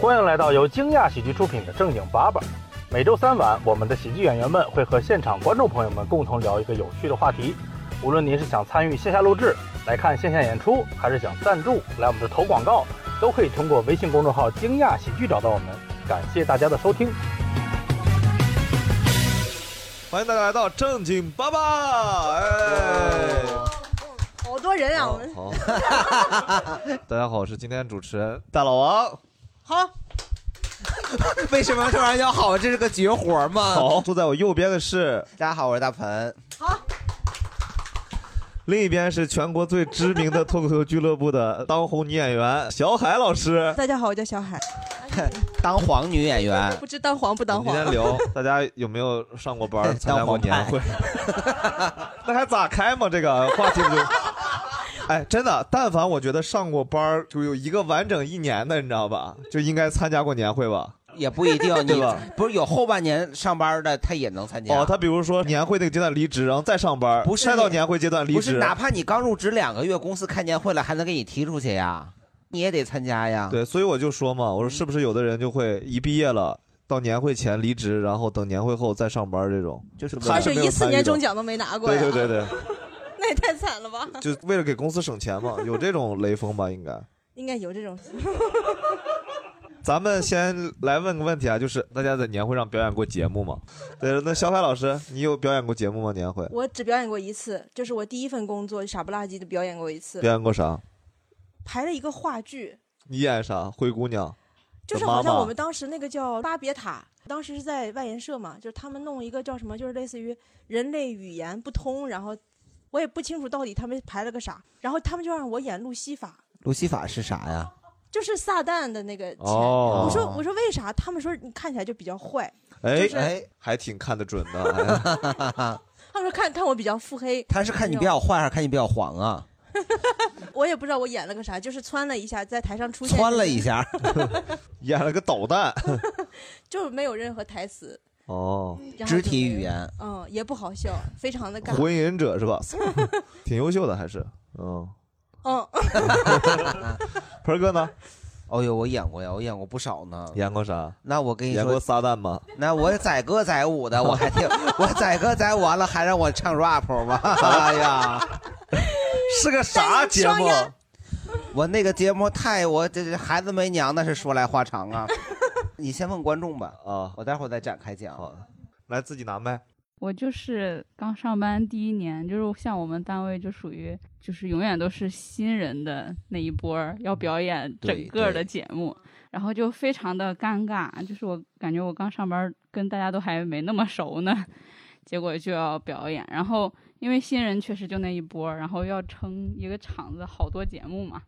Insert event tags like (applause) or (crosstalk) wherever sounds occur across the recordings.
欢迎来到由惊讶喜剧出品的《正经八百》，每周三晚，我们的喜剧演员们会和现场观众朋友们共同聊一个有趣的话题。无论您是想参与线下录制、来看线下演出，还是想赞助来我们这投广告，都可以通过微信公众号“惊讶喜剧”找到我们。感谢大家的收听。欢迎大家来到正经爸爸，哎，好多人啊，我 (laughs) 们好，大家好，我是今天主持人大老王， (laughs) 好，为什么突然要好？这是个绝活吗？好，坐在我右边的是，大家好，我是大鹏。另一边是全国最知名的脱口秀俱乐部的当红女演员小海老师。大家好，我叫小海，当黄女演员，不知当黄不 (laughs) 当今黄。天聊大家有没有上过班儿、参加过年会？ (laughs) 那还咋开嘛？这个话题不就？哎，真的，但凡我觉得上过班儿，就有一个完整一年的，你知道吧？就应该参加过年会吧？也不一定，对你吧不是有后半年上班的，他也能参加。哦，他比如说年会那个阶段离职，然后再上班，不是再到年会阶段离不职，是，哪怕你刚入职两个月，公司开年会了，还能给你踢出去呀？你也得参加呀。对，所以我就说嘛，我说是不是有的人就会一毕业了。到年会前离职，然后等年会后再上班，这种就是他但是是没有一参四与年的中奖都没拿过对呀，对对对，那也太惨了吧？ (laughs) 就为了给公司省钱嘛，有这种雷锋吧？应该。应该有这种，咱们先来问个问题啊，就是大家在年会上表演过节目吗？对，那小凯老师，你有表演过节目吗？年会我只表演过一次，这是我第一份工作，傻不拉几的表演过一次，表演过啥？排了一个话剧，你演啥？灰姑娘。就是的妈好像妈我们当时那个叫巴别塔，当时是在外研社嘛，就是他们弄一个叫什么，就是类似于人类语言不通，然后我也不清楚到底他们排了个啥，然后他们就让我演路西法，路西法是啥呀？就是撒旦的那个。哦我说我说为啥？他们说你看起来就比较坏，哎就是哎，还挺看得准的。哎他们说看看我比较腹黑， (laughs) 他是看你比较坏，还是看你比较黄啊？我也不知道我演了个啥，就是窜了一下，在台上出现，窜了一下， (laughs) 演了个导 (laughs) 弹。就是没有任何台词，哦，然后就肢体没有语，言。嗯，也不好笑，非常的尬，火影忍者是吧？挺优秀的，还是嗯。 (laughs) 嗯，啊盆儿哥呢？哦呦，我演过呀，我演过不少呢。演过啥？那我跟你演过说，撒旦吗？那我载歌载舞的，我还 (laughs) 听我载歌载舞完了，还让我唱 rap 吗？ (laughs) 哎 (laughs) 呀，是个啥节目？我那个节目太我这这孩子没娘，那是说来话长 (laughs) 啊。你先问观众吧，啊，我待会儿再展开讲。好，来自己拿麦。我就是刚上班第一年，就是像我们单位就属于就是永远都是新人的那一波儿，要表演对整个儿对的节目，然后就非常的尴尬，就是我感觉我刚上班儿跟大家都还没那么熟呢，结果就要表演，然后因为新人确实就那一波儿，然后要撑一个场子好多节目嘛，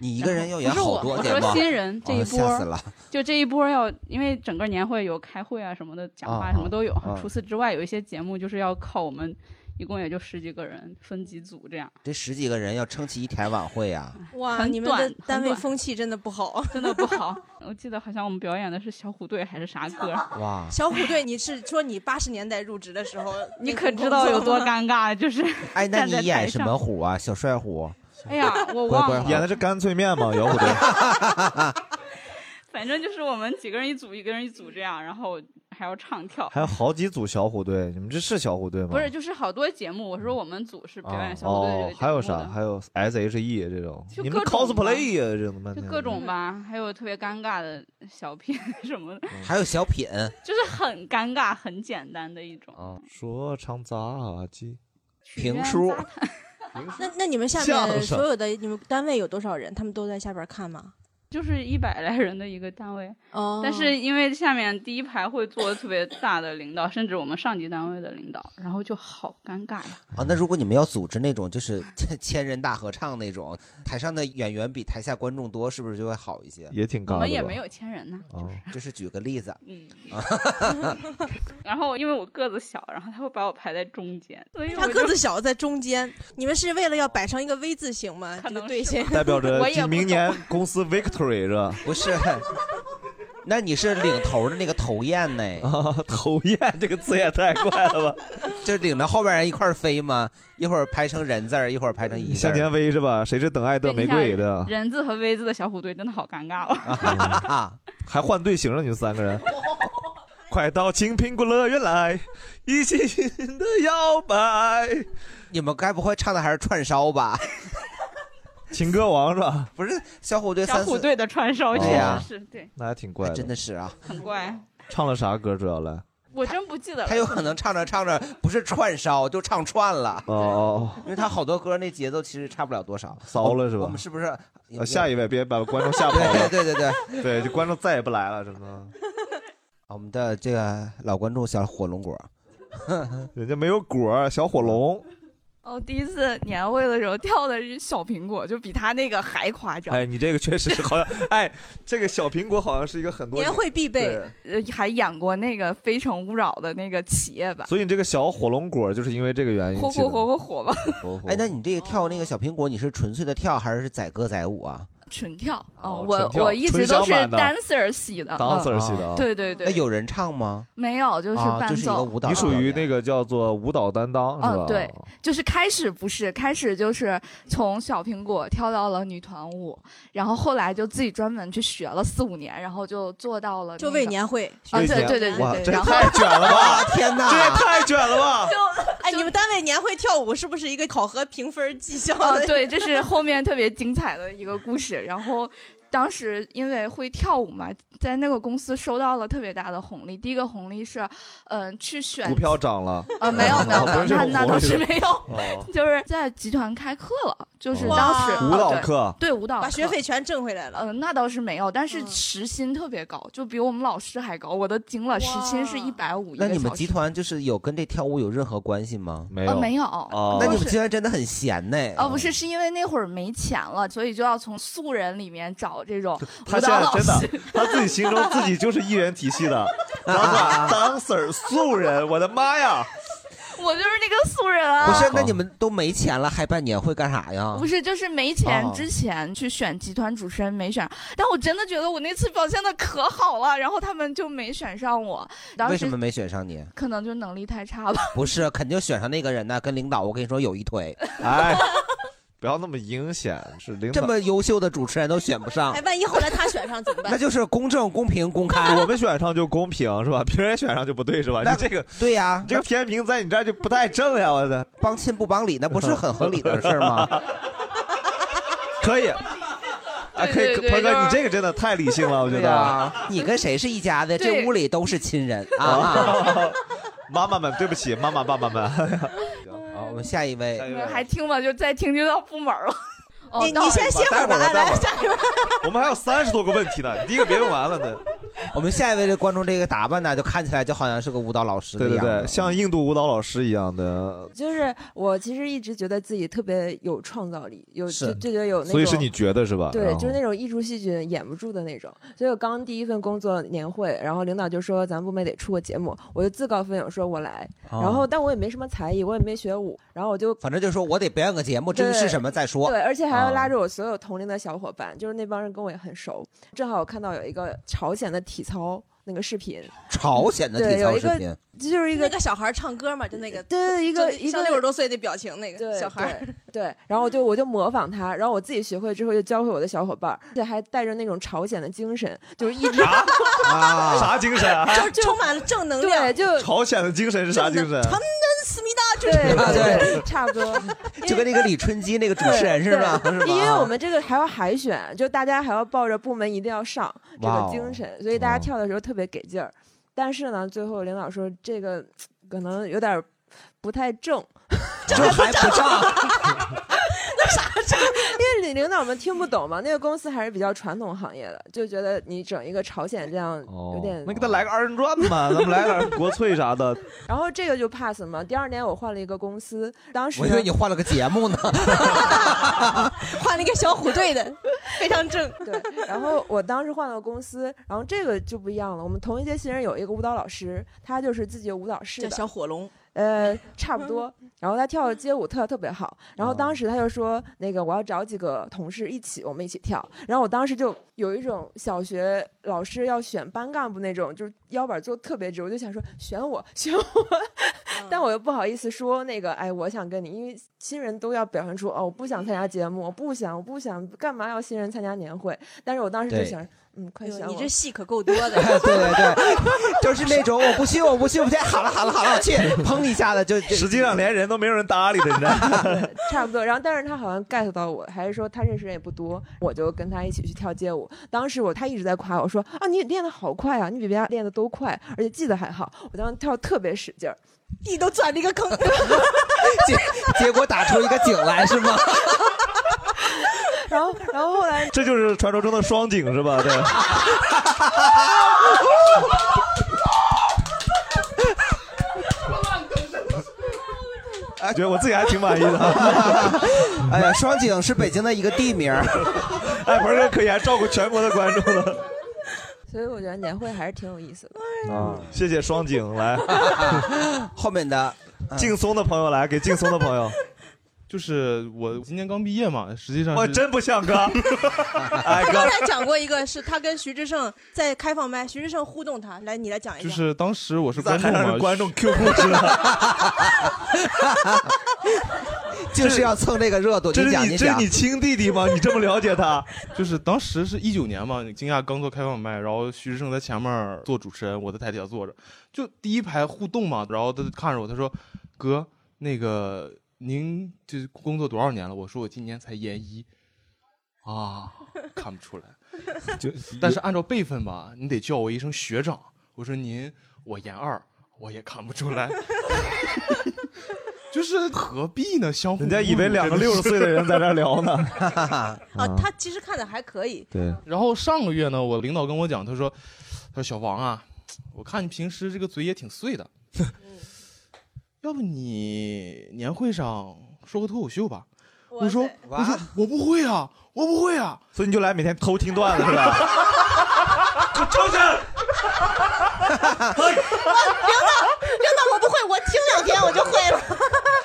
你一个人要演不是好我，多我节目说，新人这一哦波吓儿死了。就这一波儿要，因为整个年会有开会啊什么的，讲啊话什么都有。啊啊除此之外，有一些节目就是要靠我们，一共也就十几个人，分几组这样，这十几个人要撑起一台晚会啊呀、哇，很你们的短单位很短风气真的不好。 (laughs) 真的不 (laughs) 好。我记得好像我们表演的是小虎队还是啥歌儿，哇， (laughs) 小虎队，你是说你八十年代入职的 (laughs) 时候，你可知道有多？尴尬？就是，哎，那站你在台演什上么虎啊？小帅 (laughs) 虎， (laughs) 哎呀，我乖忘乖了，啊演的是干脆面吗？摇 (laughs) 滚队。反正就是我们几个人一组，一个人一组这样，然后还要唱跳。还有好几组小虎队，你们这是小虎队吗？不是，就是好多节目。我说我们组是表演小虎队这个哦，还有啥？节目的还有 S H E 这种，就你们各种吧 cosplay 呀，这种半就天各种吧，还有特别尴尬的小品什么的。还有小品，就是很尴尬、很简单的一种。哦啊说唱杂技，曲苑评书杂谈那那你们下相面声所有的你们单位有多少人？他们都在下边看吗？就是一百来人的一个单位，哦，但是因为下面第一排会坐特别大的领导，甚至我们上级单位的领导，然后就好尴尬呀。啊，那如果你们要组织那种就是 (laughs) 千人大合唱那种，台上的演员比台下观众多，是不是就会好一些？也挺我尬的吧。们也没有签人 (laughs) 呢，哦就是举个例子，嗯。然后因为我个子小，然后他会把我排在中间， (laughs) 所以他我个就子小，在中间。你们是为了要摆成一个 V 字形吗？可这个能队是形。代表着 (laughs) 我也不明年公司 victory 是吧？ (laughs) 不是？那你是领 (laughs) 头的那个头雁呢？啊，讨厌这个词也太怪了 (laughs) 吧！就领着后边人一块儿飞吗？一会儿排成人字儿，一会儿排成一字向儿前飞是吧？谁是等爱的玫瑰的？啊人字和 V 字的小虎队真的好尴尬哦。啊！还换队形了，你们三个人。快到青苹果乐园来，一起的摇摆。你们该不会唱的还是串烧吧？情歌王是吧？不是小虎队小三虎四，队的串烧确对呀啊实 (laughs) 是对，那还挺怪的，哎真的是啊。很怪。唱了啥歌主要来？我真不记得了。他有可能唱着唱着不是串烧就唱串了，哦，因为他好多歌那节奏其实差不了多少。糟了是吧？我们是啊不是？呃下一位，别把观众吓跑了。对对对对对，就观众再也不来了，真 (laughs) 的。我们的这个老观众小火龙果，人家没有果，小火龙。哦，第一次年会的时候跳的是小苹果，就比他那个还夸张。哎，你这个确实是好像，哎，这个小苹果好像是一个很多对呃，还演过那个《非诚勿扰》的那个企业版，所以你这个小火龙果就是因为这个原因火起的火火火火吧，哎，那你这个跳那个小苹果，你是纯粹的跳还是载歌载舞啊？纯跳。哦，纯我跳我一直纯享都是版的哦 dancer 系的嗯啊对对那对，啊哎有人唱吗？没有就是啊伴就是一个奏舞蹈你属于那个叫做舞蹈担当是吧？嗯，对，就是开始不是，开始就是从小苹果跳到了女团舞，然后后来就自己专门去学了四五年，然后就做到了、就为年会啊，对对对对哇对，这然后太卷了吧！天这也太 (laughs) 卷了吧！哎，你们单位年会跳舞是不是一个考核评分绩效啊的？对，这是后面特别精彩的一个故事。然后当时因为会跳舞嘛，在那个公司收到了特别大的红利。第一个红利是，嗯、去选股票涨了呃，没有没有哦没 (laughs) 有，不是那这种那活倒是是吧没有 (laughs) 哦，就是在集团开课了，就是当时哇舞蹈哦对课对舞蹈把学费全挣回来了。嗯，那倒是没有，但是时薪特别高，就比我们老师还高，我都惊了，时薪是一百五一那个你们小集时。团就是有跟这跳舞有任何关系吗？没有呃没有哦那你就们是集团真的很闲呢。哦，不是，是因为那会儿没钱了，所以就要从素人里面找这种他舞蹈现在老真师。的，他自己心中自己就是艺人体 (laughs) 系的，然后说 dancer 素人，我的妈呀！ (laughs) 哦我就是那个素人啊。不是，那你们都没钱了，还办年会干啥哦呀？不是，就是没钱哦之前去选集团主持人没选上，但我真的觉得我那次表现的可好了，然后他们就没选上我。当时为什么没选上你？可能就能力太差 (laughs) 吧。不是，肯定选上那个人呢。跟领导，我跟你说有一腿。哎，不要那么阴险，是领这么优秀的主持人都选不上哎，，万一后来他选上怎么办？啊 (laughs) 那就是公正、公平、公开。我们选上就公平是吧？别人选上就不 (laughs) 对是吧？你这个对呀，这个天平在你这儿就不太正呀！我的帮亲不帮理，那不是很合理的事儿吗？ (laughs) 可 (laughs) 以。啊，可以，对对鹏就哥，是你这个真的太理性了，我觉对得。呀，你跟谁是一家的？对这屋里都是亲 (laughs) 人啊！妈妈们，对不起，妈妈爸爸们。 (laughs) 好，我们下一位，你们还听吗？就再听就到部门了。哦你到你先歇会儿吧，待会来儿吧待会儿下一位。我们还有三十多个问题呢，你第一个别问完了呢。我们下一位的观众，这个打扮呢，就看起来就好像是个舞蹈老师对的对样子。嗯对，像印度舞蹈老师一样的，就是我其实一直觉得自己特别有创造力，有是就就觉得有那种，所以是你觉得是吧？对，然后就是那种异族细菌掩不住的那种。所以我刚第一份工作年会，然后领导就说咱们部门得出个节目，我就自告奋勇说我来，哦然后但我也没什么才艺，我也没学舞，然后我就反正就是说我得表演个节目，对真是什么再说。啊对，而且还要拉着。着我所有同龄的小伙伴，就是那帮人跟我也很熟。正好我看到有一个朝鲜的体操那个视频，朝鲜的体对有操一视个频，这就是一个那个小孩唱歌嘛，就那个，对对一个就一像个六十多岁那表情那个小孩儿，对，对然后我就我就模仿他，然后我自己学会之后就教会我的小伙伴儿，而且还带着那种朝鲜的精神，就是一直啊啥精神啊？就是充满了正能量，对，就朝鲜的精神是啥精神？他们的思密达就对是啊对差不多。 (laughs) 就跟那个李春姬那个主持人是吧？对是吧？因为我们这个还要海选，就大家还要抱着部门一定要上这哇哦个精神，所以大家跳的时候特别给劲儿。但是呢，最后领导说这个可能有点儿不太 (laughs) 正，这还不 (laughs) 上，因为领领导们听不懂嘛。那个公司还是比较传统行业的，就觉得你整一个朝鲜这样有哦点。那给他来个二人转 (laughs) 嘛，咱们来点国粹啥的。然后这个就 pass 嘛。第二年我换了一个公司，当时我以为你换了个节目呢。 (laughs) 换了一个小虎队的，非常正。对，然后我当时换了公司，然后这个就不一样了。我们同一届新人有一个舞蹈老师，他就是自己有舞蹈室叫的小火龙，呃，差不 (laughs) 多。然后他跳街舞跳得特别好，然后哦当时他就说，那个我要找几个同事一起，我们一起跳。然后我当时就有一种小学老师要选班干部那种，就是腰板做得特别直，我就想说选我，选我。嗯但我又不好意思说那个，哎，我想跟你，因为新人都要表现出哦，我不想参加节目，我不想，我不想，干嘛要新人参加年会？但是我当时就对想，嗯，快选哎你我这戏可够多的。对对对，就是那种我不去，我不去，我不去，好了好了好了，我 (laughs) 去，砰一下子就就实际上连人都没有人搭理的，你知道吗？ (laughs) 差不多。然后，但是他好像 get 到我，还是说他认识人也不多，我就跟他一起去跳街舞。当时我他一直在夸我说啊，你练得好快啊，你比别人练得都快，而且记得还好。我当时跳得特别使劲儿，地都钻了一个坑，结结果 (laughs) 打出一个井来是吗？然后然后后来这就是传说中的双井是吧？对， (laughs) 啊觉得我自己还挺满意的。 (laughs) 哎呀，双井是北京的一个地名儿。 (laughs) 哎，鹏哥可以还照顾全国的观众了。 (laughs) (laughs) 所以我觉得年会还是挺有意思的。啊，谢谢双井来， (laughs) 后面的嗯劲松的朋友来，给劲松的朋友， (laughs) 就是我今年刚毕业嘛，实际上我是真不像哥，哎他哥刚，才讲过一个，是他跟徐志胜在开放麦，徐志胜互动他，来你来讲一就讲。是当时我是咋观还众让嘛，人观众 Q 故事了？就是要蹭这个热度。这你是讲，你这是讲你，亲弟弟吗？你这么了解他？ (laughs) 就是当时是一九年嘛，惊讶刚做开放麦，然后徐志胜在前面儿做主持人，我在台底下坐着，就第一排互动嘛，然后他就看着我，他说：“哥，那个您这工作多少年了？”我说：“我今年才研一。”啊，看不出来。就但是按照辈分吧，你得叫我一声学长。我说您，我研二，我也看不出来。 (laughs) 就是何必呢？相互人家以侮为辱两个真六是十岁的人在这儿 (laughs) 聊 (laughs) 呢。嗯啊，他其实看着还可以，对，然后上个月呢，我领导跟我讲，他说，他说小王啊，我看你平时这个嘴也挺碎的，要不你年会上说个脱口秀吧？我说，我说我不会啊，我不会啊。所以你就来每天偷听段子 (laughs) 是吧？给我抽身！领导我不会，我听两天我就会了。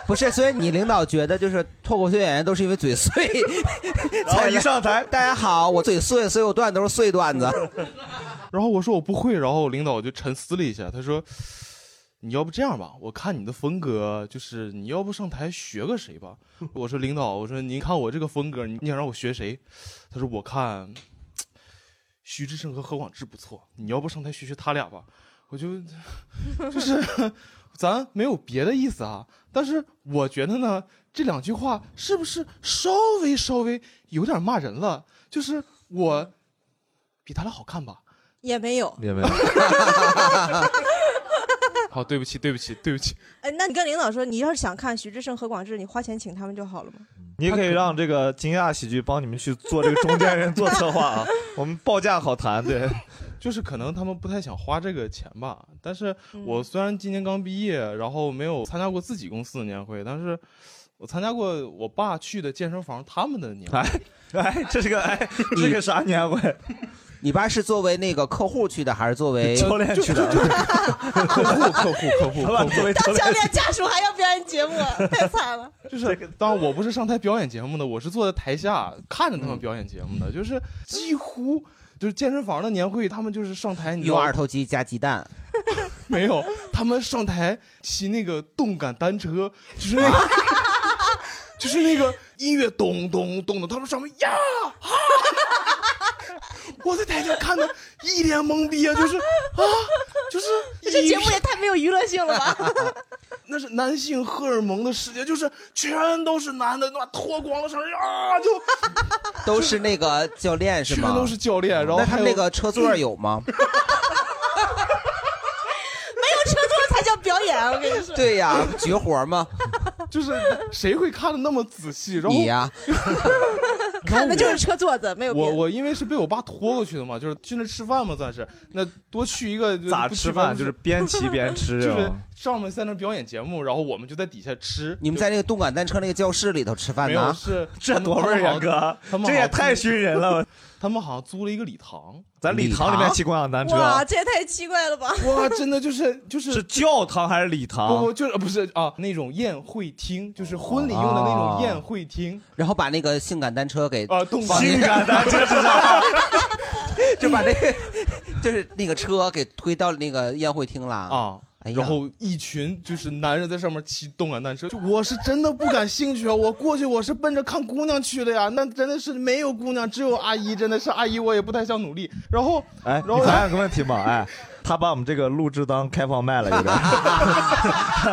不是，所以你领导觉得就是脱口秀演员都是因为嘴碎，然后一 (laughs) 上台，大家好，我嘴碎，所以我段子都是碎段子。然后我说我不会，然后领导就沉思了一下，他说。你要不这样吧，我看你的风格，就是你要不上台学个谁吧？我说领导，我说您看我这个风格，你你想让我学谁？他说我看徐志胜和何广智不错，你要不上台学学他俩吧？我就就是 (laughs) 咱没有别的意思啊，但是我觉得呢，这两句话是不是稍微稍微有点骂人了？就是我比他俩好看吧？也没有。也没有。好，对不起，对不起，对不起。哎，那你跟领导说，你要是想看徐志胜、何广智，你花钱请他们就好了嘛。你可以让这个惊讶喜剧帮你们去做这个中间人做策划啊，我们报价好谈。对，就是可能他们不太想花这个钱吧，但是我虽然今年刚毕业，然后没有参加过自己公司的年会，但是我参加过我爸去的健身房他们的年会。哎哎，这是个哎，这是个啥年会？你爸是作为那个客户去的，还是作为？教练去的，客户，客户，客户，他把客你作为教当教练练家属还要表演节目，太惨了。户，就是当然我不是上台表演节目的，我是坐在台下看着他们表演节目的，就是几乎就是健身房的年会，他们就是上台，你知道用二头肌加鸡蛋， (laughs) 没有，他们上台骑那个动感单车，就是 (laughs) 那个，就是那个音乐咚咚咚的，他们上面呀哈， (laughs) 我在台下看的一脸懵逼啊，就是啊，就是 (laughs) 这一节目也太没有娱乐性了吧？ (laughs) 那是男性荷尔蒙的世界，就是全都是男的，那脱光了上面啊，就都是那个教练是全吗？都是教练，然后那他还们有那个车座有吗？没有车座才叫表演，我跟你说。对呀，绝活吗？ (laughs) 就是谁会看的那么仔细？然后 (laughs) 你呀，看的就是车座子，没有别我的。我因为是被我爸拖过去的嘛，就是去那吃饭嘛，算是那多去一个咋不去吃饭？就是边骑边 (laughs) (laughs) 吃，就是上面在那表演节目，然后我们就在底下吃。你们在那个动感单车那个教室里头吃饭没有呢？是 (laughs) 这多味儿呀，，哥他们！好这也太熏人了。 (laughs) 他们好像租了一个礼堂，咱礼堂里面骑共享单车，哇，这也太奇怪了吧？哇，真的就是就是是。教堂还是礼不堂不，？就是不是啊，那种宴会厅，就是婚礼用的那哦种宴会厅 (laughs) 然后把那个性感单车给啊，动放心那性个哦感单车 (laughs) 是啥？就把那个就是那个车给推到那个宴会厅了。哦哎啊，然后一群就是男人在上面骑动感单车，就我是真的不感兴趣啊！我过去我是奔着看姑娘去的呀，那真的是没有姑娘，只有阿姨，真的是阿姨，我也不太想努力。然后，哎，然后你咱有个问题嘛，哎，他把我们这个录制当开放麦了，有点。 (laughs)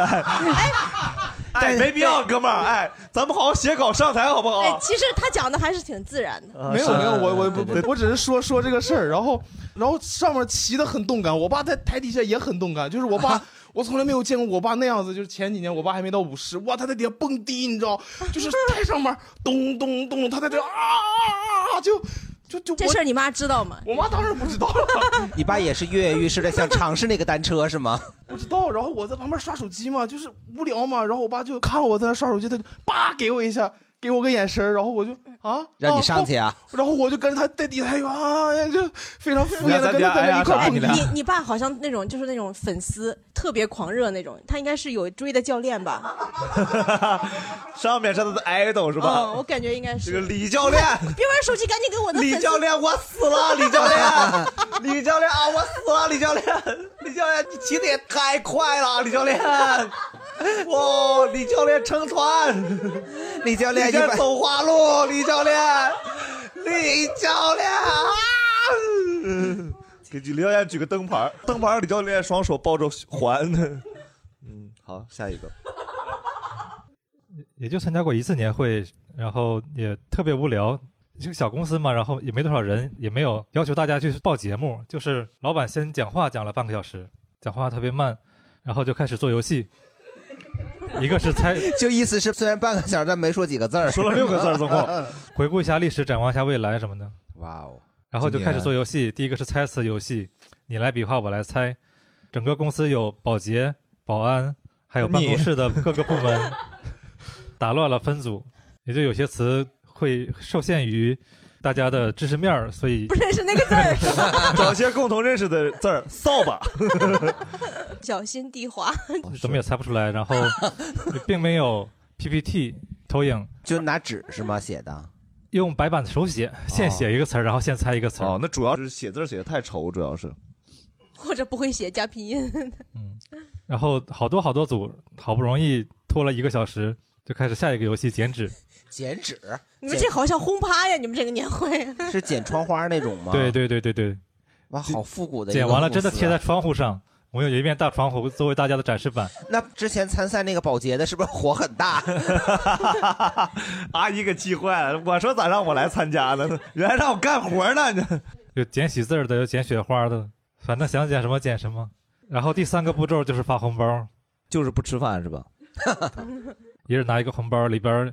哎，没必要，哥们儿，哎，咱们好好写稿上台好不哎好，？其实他讲的还是挺自然的。没有没有，我我啊对不对不，我只是说说这个事儿，然后然后上面骑的很动感，我爸在台底下也很动感，就是我爸。我从来没有见过我爸那样子，就是前几年我爸还没到五十，哇，他在底下蹦迪，你知道，就是台上面咚咚咚，他在这啊啊啊啊，就就就这我事儿你妈知道吗？我妈当然不知道了，你爸也是跃跃欲试的想尝试那个单车是 (laughs) 吗？不知道。然后我在旁边刷手机嘛，就是无聊嘛，然后我爸就看我在那刷手机，他就叭给我一下，给我个眼神儿，然后我就啊，让你啊上去啊！哦然后我就跟着他在底下啊，哎就非常敷衍的跟咱俩他在那一块哎儿呀蹦你迪俩。你你爸好像那种就是那种粉丝特别狂热那种，他应该是有追的教练吧？上面是他的 idol 是吧？嗯，我感觉应该这是。个李教练，别玩手机，赶紧给我的粉李丝教练，我死了，李教练，李教练啊，我死了，李教练， (laughs) 李教练，你骑的也太快了，李教 (laughs) 练，哦，李教练撑船，李教 (laughs) 李练，你教把练走花路，李教练，李教 (laughs) 练啊！给李教练举个灯牌，灯牌李教练双手抱着环。 (laughs) 嗯，好，下一个。也就参加过一次年会，然后也特别无聊。这个小公司嘛，然后也没多少人，也没有要求大家去报节目，就是老板先讲话讲了半个小时，讲话特别慢，然后就开始做游戏。一个是猜， (laughs) 就意思是虽然半个小时，但没说几个字儿，，(laughs) 说了六个字儿总 (laughs) 共回顾一下历史，展望一下未来什么的。哇哦！然后就今开始年做游戏，第一个是猜词游戏，你来比划，我来猜。整个公司有保洁、保安，还有办公室的各个部 (laughs) 门，打乱了分组，也就有些词会受限于大家的知识面儿，所以 (laughs) 不 (laughs) 认识那个字儿， (laughs) 找些共同认识的字儿，扫把。小心地滑。怎么也猜不出来。然后也并没有 PPT 投影，就拿纸是吗？写的用白板手写，现写一个词儿，然后现猜一个词儿。哦，那主要是写字儿写的太丑，主要是。或者不会写加拼音。然后好多好多组，好不容易拖了一个小时，就开始下一个游戏剪纸。 (laughs) 剪纸，你们这好像轰趴呀！你们这个年会， (laughs) 是剪窗花那种吗？对，对对对对。哇，好复古的一个剪完了公司真啊的贴在窗户上，我们有一面大窗户作为大家的展示 (laughs) 板。那之前参赛那个保洁的，是不是火很大？ (laughs) 阿姨给气坏了，我说咋让我来参加呢？原来让我干活呢。你有捡喜字儿的，有捡雪花的，反正想捡什么捡什么。然后第三个步骤就是发红包，就是不吃饭是吧？一人拿一个红包，里边儿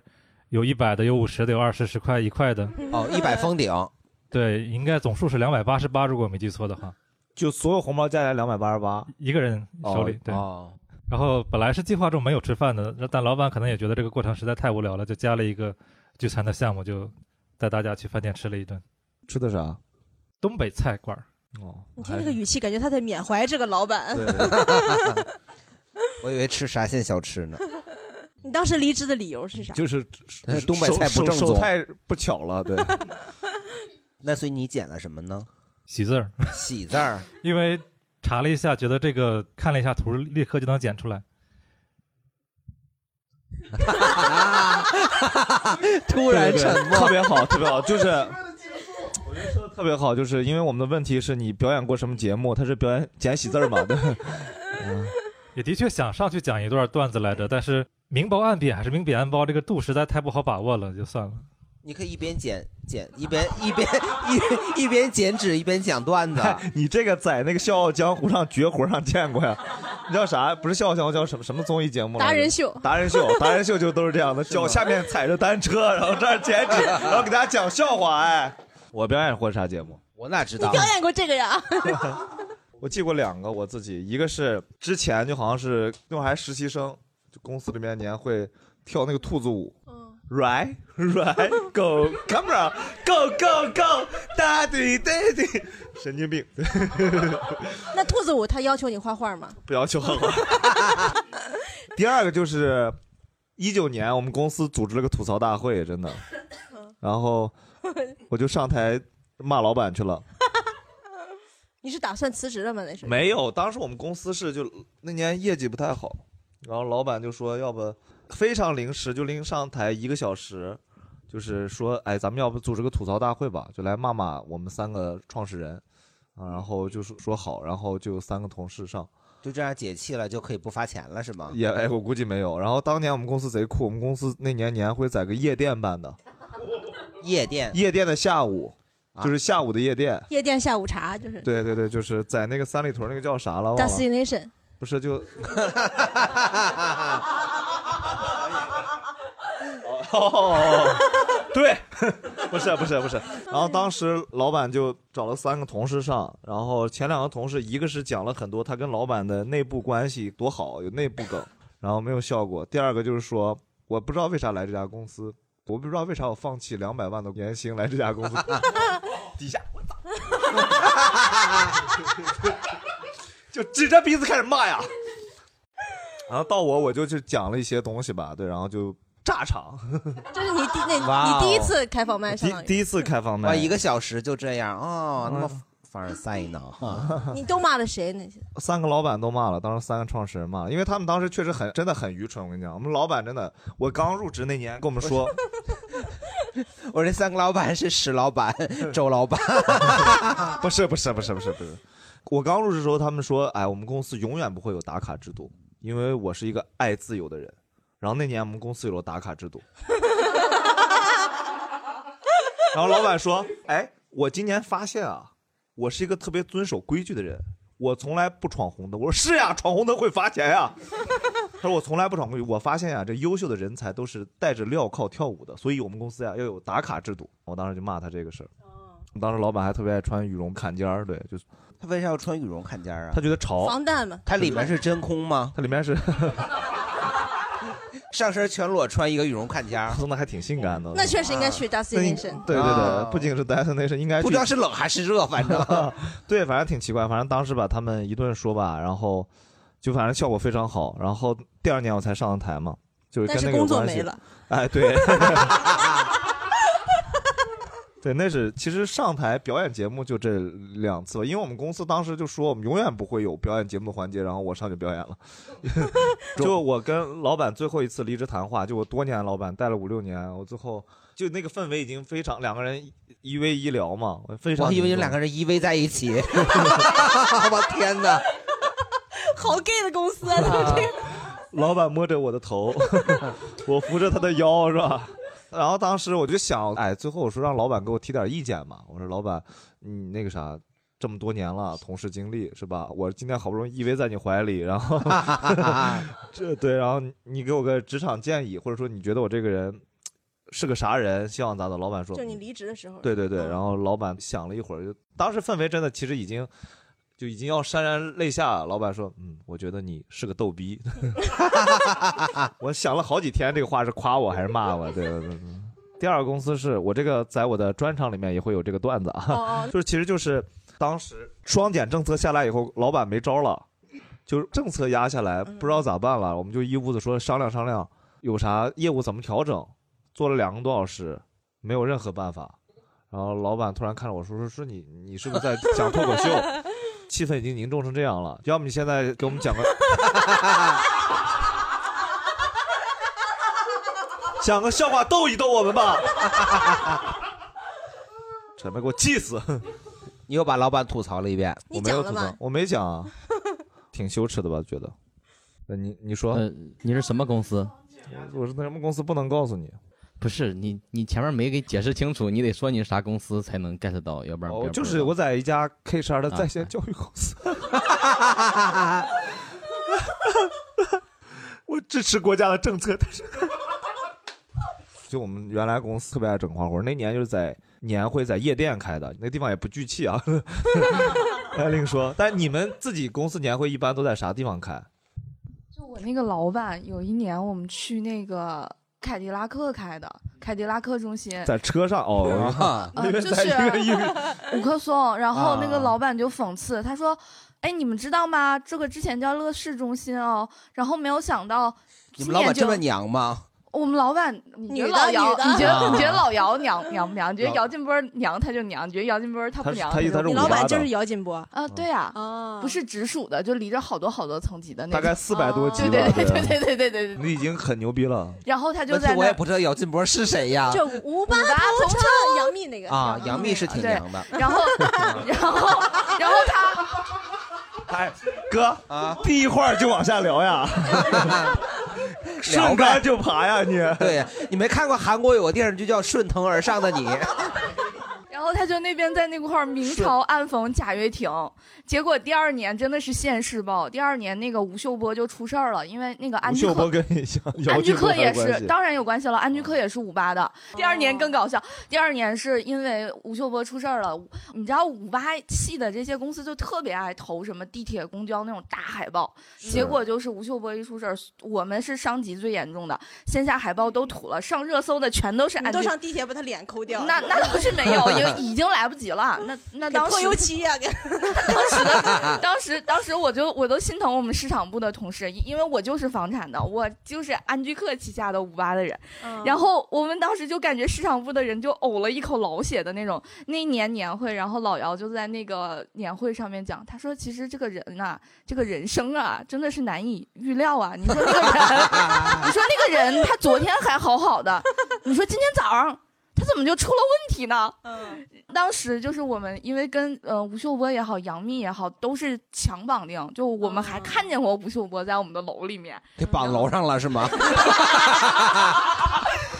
有一百的，有五十的，有二十、十块、一块的。哦，一百封顶，对，应该总数是两百八十八，如果没记错的话，就所有红包加起来两百八十八，一个人手里。对，哦，然后本来是计划中没有吃饭的，但老板可能也觉得这个过程实在太无聊了，就加了一个聚餐的项目，就带大家去饭店吃了一顿吃的啥？东北菜馆儿。哦，你听这个语气，感觉他在缅怀这个老板。我以为吃沙县小吃呢。 (laughs) 你当时离职的理由是啥？就是那东北菜不正宗手太不巧了，对， (laughs) 那所以你捡了什么呢？喜字儿， (laughs) 喜字儿，因为查了一下，觉得这个看了一下图，立刻就能剪出来。啊 (laughs) 突然沉默。特别 (laughs) 好，特别好，就是。我觉得说的特别好，就是因为我们的问题是你表演过什么节目？他是表演捡喜字儿嘛？对，啊也的确想上去讲一段段子来着，但是明褒暗贬还是明贬暗褒，这个度实在太不好把握了，就算了。你可以一边剪剪，一边一边一一边剪纸，一边讲段子。哎 (laughs) 你这个在那个《笑傲江湖》上《绝活》上见过呀？你叫啥？不是《笑傲江湖》，叫什么什么综艺节目来着？达人秀，达人秀，达人秀就都是这样的，脚下面踩着单车，然后这儿剪纸，然后给大家讲笑话。哎，我表演过啥节目？我哪知道？表演过这个呀？ (laughs) 我记过两个我自己，一个是之前就好像是那会儿还实习生，就公司里面年会跳那个兔子舞。Right, (laughs) right, go, (laughs) camera, go, go, go，大对对对，神经病， (laughs) 那兔子舞他要求你画画吗？不要求好玩。 (laughs) 第二个就是一九年，我们公司组织了个吐槽大会，真的，然后我就上台骂老板去了。你是打算辞职了吗？那是没有，当时我们公司是就那年业绩不太好，然后老板就说，要不非常临时，就临上台一个小时，就是说，哎，咱们要不组织个吐槽大会吧，就来骂骂我们三个创始人，啊，然后就是说好，然后就三个同事上。就这样解气了，就可以不发钱了，是吗？也哎，我估计没有。然后当年我们公司贼酷，我们公司那年年会在个夜店办的，夜店，夜店的下午，就是下午的夜店。夜店下午茶就是对对对，就是在那个三里屯那个叫啥了？忘了 (laughs) destination，不是就哦，对， (laughs) 不是不是不是。然后当时老板就找了三个同事上，然后前两个同事一个是讲了很多他跟老板的内部关系多好，有内部梗，然后没有效果。第二个就是说，我不知道为啥来这家公司，我不知道为啥我放弃两百万的年薪来这家公司。 (laughs) 底下我就指着鼻子开始骂呀。然后到我我就去讲了一些东西吧，对，然后就炸场。这是你第哇那哦你第一次开放麦，相当于第一次开嗯放哇，啊一个小时就这样哦，那么凡尔赛呢？哈你都骂了谁呢？三个老板都骂了，当时三个创始人骂了，因为他们当时确实很真的很愚蠢。我跟你讲，我们老板真的，我刚入职那年跟我们说，我这三个老板是史老板、周老板，嗯 (laughs) 不是不是不是不是不是，我刚入职的时候他们说，哎，我们公司永远不会有打卡制度，因为我是一个爱自由的人。然后那年我们公司有了打卡制度，然后老板说，哎，我今年发现啊，我是一个特别遵守规矩的人，我从来不闯红灯。我说是呀，闯红灯会罚钱呀。他说我从来不闯规矩，我发现啊呀、这优秀的人才都是带着镣铐跳舞的，所以我们公司呀、要有打卡制度。我当时就骂他这个事儿。哦当时老板还特别爱穿羽绒坎肩儿，对，就是他为啥要穿羽绒坎肩儿啊？他觉得潮。防弹嘛，它里面是真空吗？它里面是 (laughs) 上身全裸穿一个羽绒坎 (laughs) 肩儿，弄的还挺性感的。啊那确实应该去那应 destination。哦对对啊对，不仅是 destination，应该不知道是冷还是热，反正对，反正挺奇怪。反正当时把他们一顿说吧，然后就反正效果非常好。然后第二年我才上的台嘛，就是但跟是那个工有作关系没了。哎， (laughs) 对， (laughs) 对，那是其实上台表演节目就这两次吧，因为我们公司当时就说我们永远不会有表演节目的环节，然后我上去表 (laughs) 演了。就我跟老板最后一次离职谈话，就我多年的老板带了五六年，我最后就那个氛围已经非常两个人一一 v 一聊嘛，我 (laughs) 非常我以为凝有重两个人依偎在一 (laughs) 起。我天哪！ (laughs) 好 gay 的公司啊！他们这个老板摸着我的头， (laughs) 我扶着他的腰，是吧？然后当时我就想，哎，最后我说让老板给我提点意见嘛。我说老板，你那个啥，这么多年了，同事经历是吧？我今天好不容易依偎在你怀里，(laughs) 然后 (laughs) 这对，然后你给我个职场建议，或者说你觉得我这个人是个啥人，希望咋的？老板说，就你离职的时候，嗯对对对，然后老板想了一会儿，就当时氛围真的其实已经就已经要潸然泪下了。老板说：“嗯，我觉得你是个逗逼。” (laughs) 我想了好几天，这个话是夸我还是骂我？对对嗯对。对第二个公司是我这个在我的专场里面也会有这个段子啊，哦 (laughs) 就是其实就是当时双减政策下来以后，老板没招了，就是政策压下来，嗯不知道咋办了，我们就一屋子说商量商量，有啥业务怎么调整，做了两个多小时，没有任何办法。然后老板突然看着我说：“说说你你是不是在讲脱口秀？ (laughs) 气氛已经凝重成这样了，要么你现在给我们讲个讲个笑话逗一逗我们 (laughs) 吧。”准备给我气死！你又把老板吐槽了一遍，我你没有讲吐了槽吗，？我没讲啊，挺羞耻的吧？觉得？呃你你说，呃，你是什么公司？我是那什么公司不能告诉你？不是你，你前面没给解释清楚，你得说你是啥公司才能 get 到，要不然别哦人，不就知是道我在一家 K 十二的啊哎在线教育公 (laughs) 司。我支持国家的政策，但是就我们原来公司特别爱整花活，那年就是在年会在夜店开的，那地方也不聚 (laughs) 气啊。哎，另说，但你们自己公司年会一般都在啥地方开？就我那个老板，有一年我们去那个凯迪拉克开的，凯迪拉克中心， (laughs) 在车 (laughs) 上哦， (laughs) 啊，因为就在是越狱。 (laughs) 五棵松，然后那啊个老板就讽刺他说：“哎，你们知道吗？这个之前叫乐视中心哦，然后没有想到你今们老板年这就么娘吗？我们老板，你觉得女的老姚，女的你觉得啊你觉得老姚娘娘不娘？你觉得老姚劲波娘他就娘，你觉得姚劲波他不他是娘他意就思他是不五娘老八板就的是，姚劲波，啊，对呀，哦，不是直属的，就离着好多好多层级的那大种。概四百多集对吧。对对吧对对对对对对。你已经很牛逼了。然后他就问题在那我也儿不知道姚劲波是谁 (laughs) 呀？这五八八同同城杨幂那个 (laughs) 啊，杨幂是那挺对娘的然 (laughs) 后，然后，然后他，哎， (laughs) 哥，啊，第一块儿就往下聊 (laughs) 呀，聊顺杆呗。就爬呀你。对你没看过韩国有个电视剧叫《顺藤而 (laughs) 上的你》，然后他就那边在那块儿明朝暗讽贾跃亭，结果第二年真的是现世报，第二年那个吴秀波就出事儿了，因为那个安吴居秀客波。跟你像 (laughs) 姚安居劲波客还也有关是，系。当然有关系了。安居嗯客也是五八的。第二年更搞笑，第二年是因为吴秀波出事儿了，你知道五八系的这些公司就特别爱投什么地铁、公交那种大海报，结果就是吴秀波一出事儿，我们是伤及最严重的，线下海报都吐了，上热搜的全都是你安居都。上地铁把他脸抠掉，那那倒是没有，已经已经来不及了。那那给当泼油时漆呀，给当时 (laughs) 的当时当时我就我都心疼我们市场部的同事，因因为我就是房产的，我就是安居客旗下的五八的人。然后我们当时就感觉市场部的人就呕了一口老血的那种。那一年年会，然后老姚就在那个年会上面讲，他说：“其实这个人呐、这个人生啊，真的是难以预料啊。你说那个人，你说那个人，他昨天还好好的，你说今天早上他怎么就出了问题呢？”嗯当时就是我们，因为跟呃吴秀波也好，杨幂也好，都是强绑定，就我们还看见过吴秀波在我们的楼里面，给绑楼上了是吗？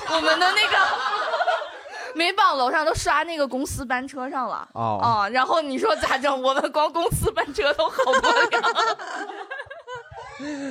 我们的那个没绑楼上都刷那个公司班车上了。哦，啊、然后你说咋整？我们光公司班车都好 (laughs) 不了。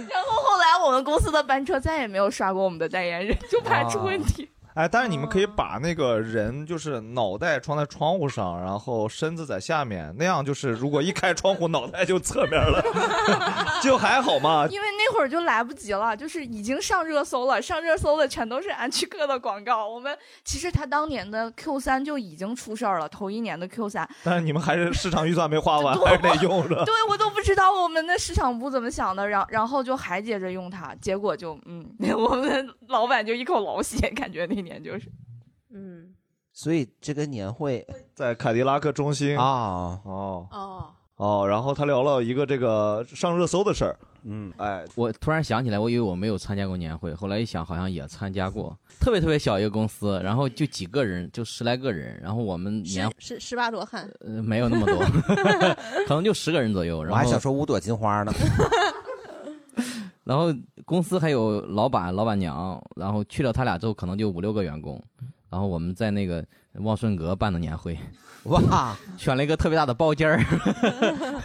然后后来我们公司的班车再也没有刷过我们的代言人，就怕出问题。哎，但是你们可以把那个人就是脑袋装在窗户上，然后身子在下面，那样就是如果一开窗户，脑袋就侧面了， (laughs) 就还好嘛。因为那会儿就来不及了，就是已经上热搜了，上热搜的全都是安居客的广告。我们其实他当年的 Q 三就已经出事儿了，头一年的 Q 三，但是你们还是市场预算没花 (laughs) 完，还是得用着。对我都不知道我们的市场部怎么想的，然然后就还接着用它，结果就嗯， (laughs) 我们老板就一口老血，感觉那年就是。嗯所以这个年会在凯迪拉克中心，啊，哦哦，哦，然后他聊了一个这个上热搜的事儿，嗯，哎，我突然想起来，我以为我没有参加过年会，后来一想，好像也参加过，特别特别小一个公司，然后就几个人，就十来个人，然后我们年十十十八罗汉，呃没有那么 (laughs) 多，可能就十个人左右。我然还想后说五朵金花呢。 (laughs) 然后公司还有老板、老板娘，然后去了他俩之后，可能就五六个员工。然后我们在那个望顺阁办的年会， (laughs) 哇，选了一个特别大的包间儿，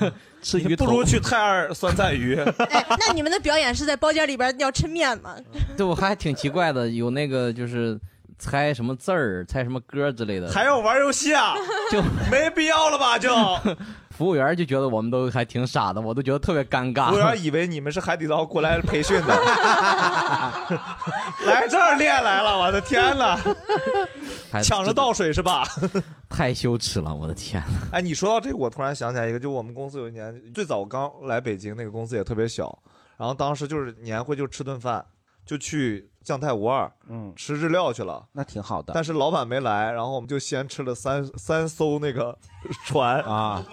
(laughs) (laughs) 吃鱼不头。如去泰二酸菜鱼，呃哎，那你们的表演是在包间里边要抻面吗？ (laughs) 对，我还挺奇怪的，有那个就是猜什么字儿、猜什么歌之类的，还要玩游戏 (laughs) 啊？就没必要了吧？就服务员就觉得我们都还挺傻的，我都觉得特别尴尬。服务员以为你们是海底捞过来培训 (laughs) 的， (laughs) 来这儿练来了，我的天呐，还抢着倒水是吧？ (laughs) 太羞耻了，我的天呐！哎，你说到这个，我突然想起来一个，就我们公司有一年最早我刚来北京，那个公司也特别小，然后当时就是年会就吃顿饭，就去酱太无二嗯，吃日料去了。那挺好的但是老板没来，然后我们就先吃了三三艘那个船，啊。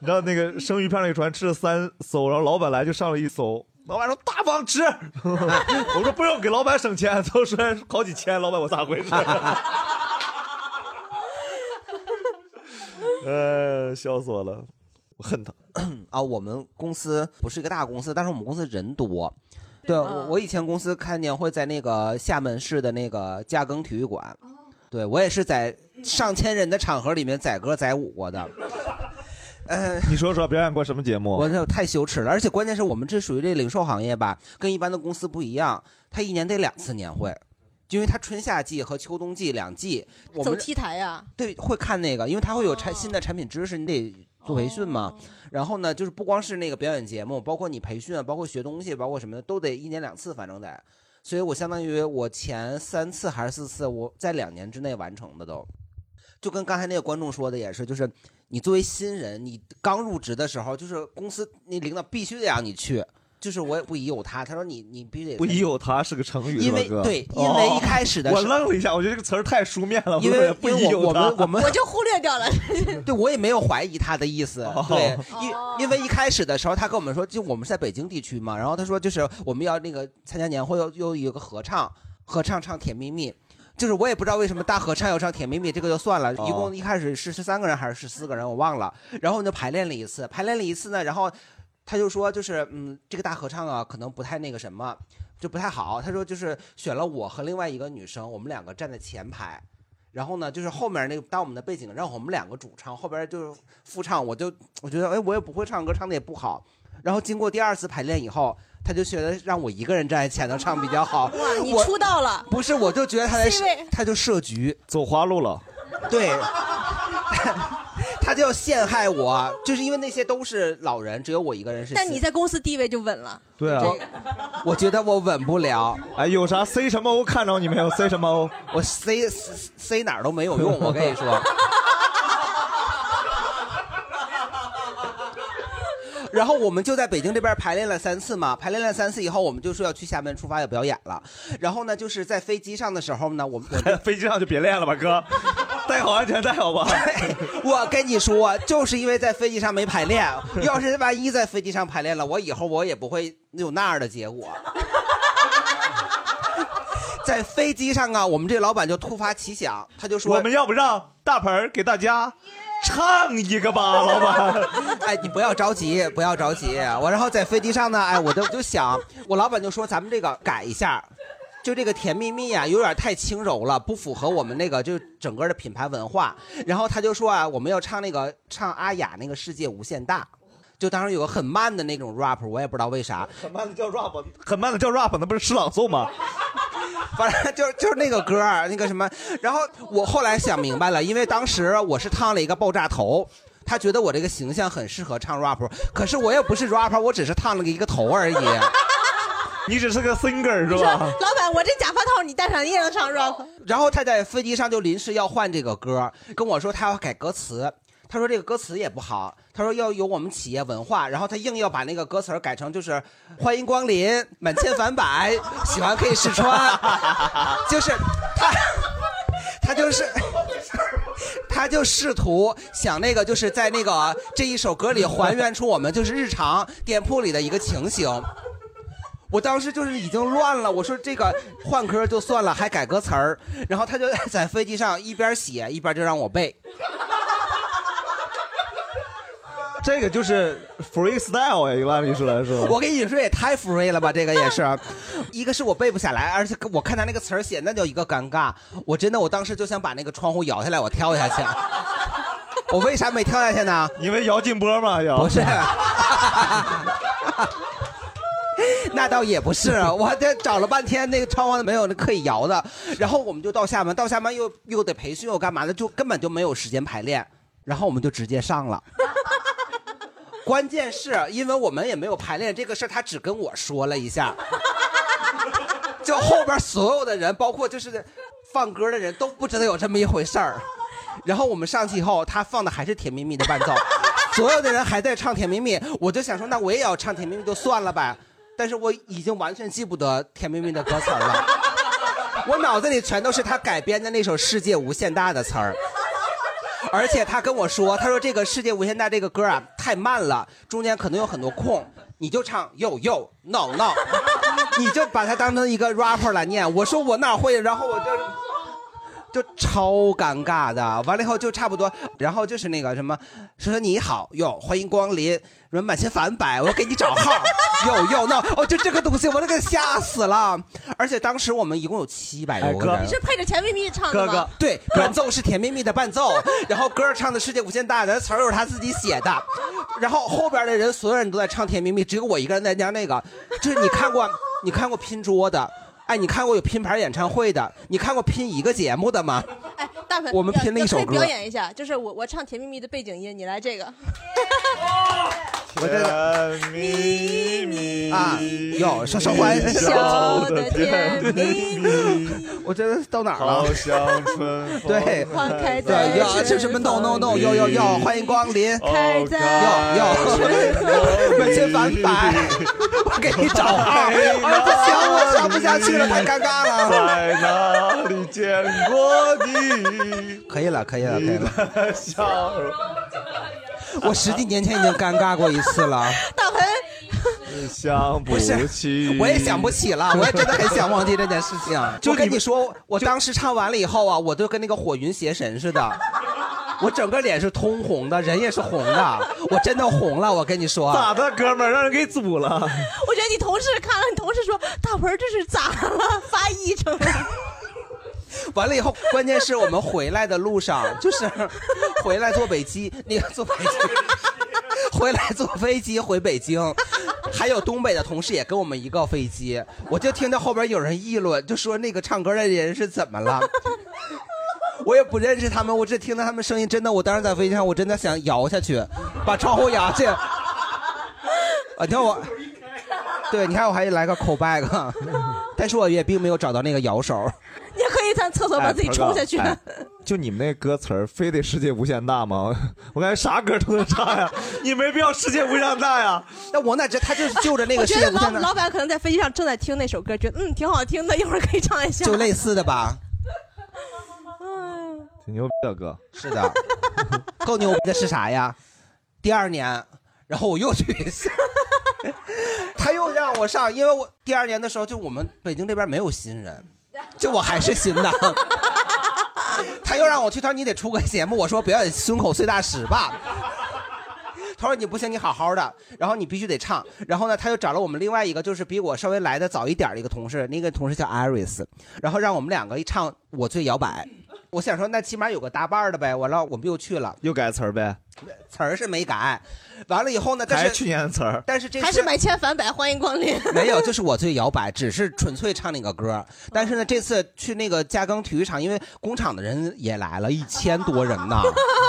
你知道那个生鱼片那个船吃了三艘，然后老板来就上了一艘。老板说大方吃， (laughs) 我说不用给老板省钱，都说好几千，老板我咋回事？ (laughs) 呃，笑死我了，我恨他。 (clears throat) 啊，我们公司不是一个大公司，但是我们公司人多。对，我嗯我以前公司开年会在那个厦门市的那个嘉庚体育馆，对我也是在上千人的场合里面载歌载舞过 (laughs) 的。嗯、你说说表演过什么节目我？这太羞耻了，而且关键是我们这属于这零售行业吧，跟一般的公司不一样，它一年得两次年会，因为它春夏季和秋冬季两季，我走们 T 台呀，对会看那个，因为它会有产啊哦新的产品知识，你得做培训嘛。然后呢，就是不光是那个表演节目，包括你培训啊，包括学东西，包括什么的，都得一年两次，反正得。所以我相当于我前三次还是四次，我在两年之内完成的都。就跟刚才那个观众说的也是，就是你作为新人，你刚入职的时候，就是公司那领导必须得让你去，就是我也不疑有他。他说你你必须得不疑有他是个成语，呃因为是吧哥对因为一开始的哦我时候愣了一下，我觉得这个词儿太书面了，因我也为不因疑为有我我他们我们忽略掉了。 (laughs) 对我也没有怀疑他的意思，哦对，哦因因为一开始的时候他跟我们说，就我们是在北京地区嘛，然后他说就是我们要那个参加年会又又有一个合唱，合唱唱《甜蜜蜜》。就是我也不知道为什么大合唱要唱《甜蜜蜜》，这个就算了。哦一共一开始是十三个人还是十四个人，我忘了。然后我们就排练了一次，排练了一次呢，然后他就说就是嗯，这个大合唱啊，可能不太那个什么，就不太好。他说就是选了我和另外一个女生，我们两个站在前排。然后呢，就是后面那个当我们的背景，让我们两个主唱，后边就是副唱，我就我觉得哎，我也不会唱歌，唱的也不好。然后经过第二次排练以后，他就觉得让我一个人站在前头唱比较好。哇，你我出道了，不是，我就觉得他在 C 位他就设局，走花路了。对，他就要陷害我，就是因为那些都是老人，只有我一个人是。但你在公司地位就稳了。对啊， (laughs) 我觉得我稳不了。哎，有啥 C 什么 O 看着你没有？C 什么 O？我 C C C 哪儿都没有 (laughs) 用，我跟你说。 (laughs) 然后我们就在北京这边排练了三次嘛，排练了三次以后，我们就说要去厦门出发要表演了。然后呢，就是在飞机上的时候呢，我们我就飞机上就别练了吧， (laughs) 哥，戴好安全带好吧？我跟你说，就是因为在飞机上没排 (laughs) 练，要是万一在飞机上排练了，我以后我也不会有那样的结果。在飞机上啊，我们这老板就突发奇想，他就说我们要不让大盆儿给大家唱一 (laughs) 个吧，老板。 (laughs) 哎，你不要着急，不要着急。我然后在飞机上呢，哎，我就就想，我老板就说咱们这个改一下，就这个甜蜜蜜啊，有点太轻柔了，不符合我们那个就整个的品牌文化。然后他就说啊，我们要唱那个唱阿雅那个世界无限大。就当时有个很慢的那种 rap，我也不知道为啥，很慢的叫 rap，很慢的叫 rap，那不是诗朗诵吗？ (laughs) 反正就是就是那个歌儿，那个什么。然后我后来想明白了，因为当时我是烫了一个爆炸头，他觉得我这个形象很适合唱 rap，可是我也不是 rap，我只是烫了一个头而已。 (laughs) 你只是个 singer 你说老板，我这假发套你戴上，你也能哦唱 rap？然后他在飞机上就临时要换这个歌，跟我说他要改歌词，他说这个歌词也不好，他说要有我们企业文化，然后他硬要把那个歌词儿改成就是欢迎光临，满千返百，喜欢可以试穿， (laughs) 就是他他就是。他就试图想那个，就是在那个这一首歌里还原出我们就是日常店铺里的一个情形。我当时就是已经乱了，我说这个换歌就算了，还改歌词儿，然后他就在飞机上一边写一边就让我背， (laughs) 这个就是 freestyle 呀，一般律师来说。我跟你说也太 free 了吧，这个也是， (laughs) 一个是我背不下来，而且我看他那个词儿写那叫一个尴尬，我真的我当时就想把那个窗户摇下来，我跳下去， (laughs) 我为啥没跳下去呢？因为姚劲波嘛，姚不是。 (laughs) 那倒也不是，我这找了半天，那个窗户没有那可以摇的。然后我们就到厦门，到厦门又又得培训又干嘛的，就根本就没有时间排练。然后我们就直接上了。关键是因为我们也没有排练这个事儿，他只跟我说了一下， (laughs) 就后边所有的人，包括就是放歌的人都不知道有这么一回事儿。然后我们上去以后，他放的还是《甜蜜蜜》的伴奏，所有的人还在唱《甜蜜蜜》，我就想说，那我也要唱《甜蜜蜜》就算了吧。但是我已经完全记不得《甜蜜蜜》的歌词儿了，我脑子里全都是他改编的那首《世界无限大》的词儿。 (laughs) 而且他跟我说，他说这个《世界无限大》这个歌啊太慢了，中间可能有很多空，你就唱 yo yo no no，你就把它当成一个 rapper 来念。我说我哪会，然后我就。就超尴尬的，完了以后就差不多，然后就是那个什么，说你好哟，欢迎光临，什么满千返百，我给你找号，哟哟那哦，就这个东西，我那个吓死了，而且当时我们一共有七百多个人，你是配着甜蜜蜜唱的啊哥吗？哥，对，伴奏是甜蜜蜜的伴奏，然后歌儿唱的世界无限大，然后词儿又是他自己写的，然后后边的人所有人都在唱甜蜜蜜，只有我一个人在讲那个，就是你看过你看过拼桌的，哎，你看过有拼盘演唱会的，你看过拼一个节目的吗？哎，大鹏，我们拼了一首要要可以歌表演一下，就是我我唱《甜蜜蜜》的背景音，你来这个。我在这咪咪啊，有小手环，欢笑得甜蜜蜜。我真的到哪儿了好？像春风对，花开在对，要就是 no no no，要要要，欢迎光临，开在要要， (laughs) 我先反白，我给你找号，哎我不行，我唱不下去了，太尴尬了。在哪里见过你？可以了，可以了，可以了。的笑容。我十几年前已经尴尬过一次 (laughs) 了，大鹏，想不是起我也想不起了，我也真的很想忘记这件事情。 (laughs) 就跟你说，我当时唱完了以后啊，我就跟那个火云邪神似 (laughs) 的，我整个脸是通红的，人也是红的，我真的红了。我跟你说，咋的，哥们儿让人给组了？我觉得你同事看了，你同事说大鹏这是咋了？ (laughs) 发癔症了？ (laughs) 完了以后，关键是我们回来的路上，就是回来坐北机，那个坐北机，回来坐飞机回北京，还有东北的同事也跟我们一个飞机，我就听到后边有人议论，就说那个唱歌的人是怎么了。 (laughs) 我也不认识他们，我只听到他们声音，真的，我当时在飞机上，我真的想摇下去，把窗户摇下去。啊，你看我，对，你看我还来个口 back，但是我也并没有找到那个摇 (laughs) 手。你可以在厕所把自己冲下去。哎就你们那歌词儿非得世界无限大吗？ (laughs) 我感觉啥歌都能 (laughs) 唱呀， (laughs) 你没必要世界无限大呀。那我哪知他就是 (laughs) 就着那我个觉世界得无限老大，老板可能在飞机上正在听那首歌，觉得嗯挺好听的，一会儿可以唱一下。就类 (laughs) 似的吧？嗯，挺牛逼的哥，是的， (laughs) 够牛逼的是啥呀？第二年，然后我又去一次， (laughs) 他又让我上，因为我第二年的时候就我们北京这边没有新人，就我还是新的。 (laughs) 他又让我去，他说你得出个节目，我说表演胸口碎大石吧。他说你不行，你好好的，然后你必须得唱。然后呢，他又找了我们另外一个，就是比我稍微来的早一点的一个同事，那个同事叫 Iris，然后让我们两个一唱《我最摇摆》。我想说，那起码有个搭伴儿的呗。完了，我们又去了，又改词儿呗，词儿是没改。完了以后呢，但还是是去年的词儿。但是这次啊还是买千返百，欢迎光临。 (laughs) 没有，就是我最摇摆，只是纯粹唱那个歌。但是呢，这次去那个嘉庚体育场，因为工厂的人也来了，一千多人呢。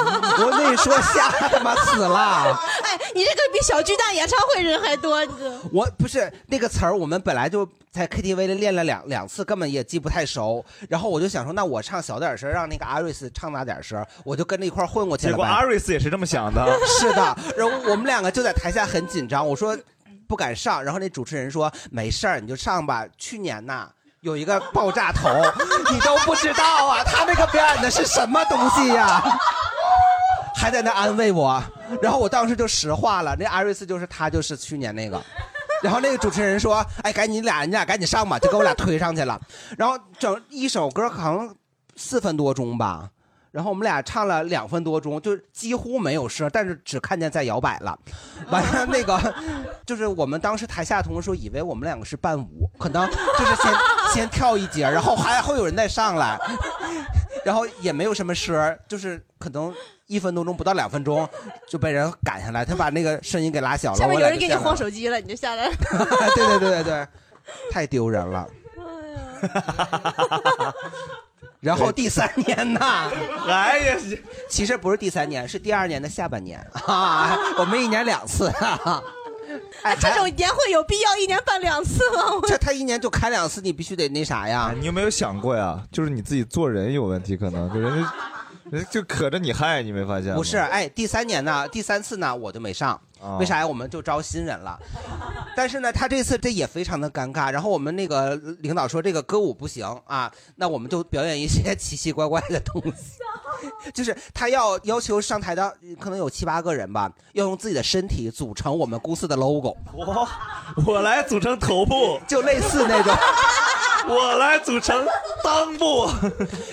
我跟你说，吓他妈死了！ (laughs) 哎，你这个比小巨蛋演唱会人还多，你这我不是那个词儿，我们本来就在 KTV 里练了两两次，根本也记不太熟。然后我就想说，那我唱小点声，让那个阿瑞斯唱大点声，我就跟着一块儿混过去结了呗。果阿瑞斯也是这么想的。 (laughs) 是的，然后我们两个就在台下很紧张，我说不敢上，然后那主持人说没事儿，你就上吧。去年呐有一个爆炸头，你都不知道啊，他那个表演的是什么东西呀、还在那安慰我，啊然后我当时就石化了。那艾瑞斯就是他，就是去年那个。然后那个主持人说：“哎，赶紧你俩，你俩赶紧上吧！”就给我俩推上去了。然后整一首歌好像四分多钟吧，然后我们俩唱了两分多钟，就是几乎没有声，但是只看见在摇摆了。完了那个，就是我们当时台下同事说，以为我们两个是伴舞，可能就是先先跳一节，然后还会有人再上来，然后也没有什么声儿，就是可能一分多钟不到两分钟就被人赶下来，他把那个声音给拉小了。下面我有俩人就给你下来晃了手机了，你就下来了。 (laughs) 哎对对对对对，太丢人了。 (laughs) 然后第三年呐， (laughs) 哎呀， (laughs) 其实不是第三年，是第二年的下半年 (laughs) 啊，我们一年两次、啊。哎，这种年会有必要一年办两次吗？这他一年就开两次，你必须得那啥呀？哎你有没有想过呀？就是你自己做人有问题，可能就 (laughs) 人家，人家就可着你害，你没发现吗？不是，哎，第三年呢，第三次呢，我就没上，啊为啥呀？我们就招新人了。但是呢，他这次这也非常的尴尬。然后我们那个领导说这个歌舞不行啊，那我们就表演一些 (laughs) 奇奇怪怪的东西，就是他要要求上台的可能有七八个人吧，要用自己的身体组成我们公司的 logo，我我来组成头部，就类似那种。我来组成裆部。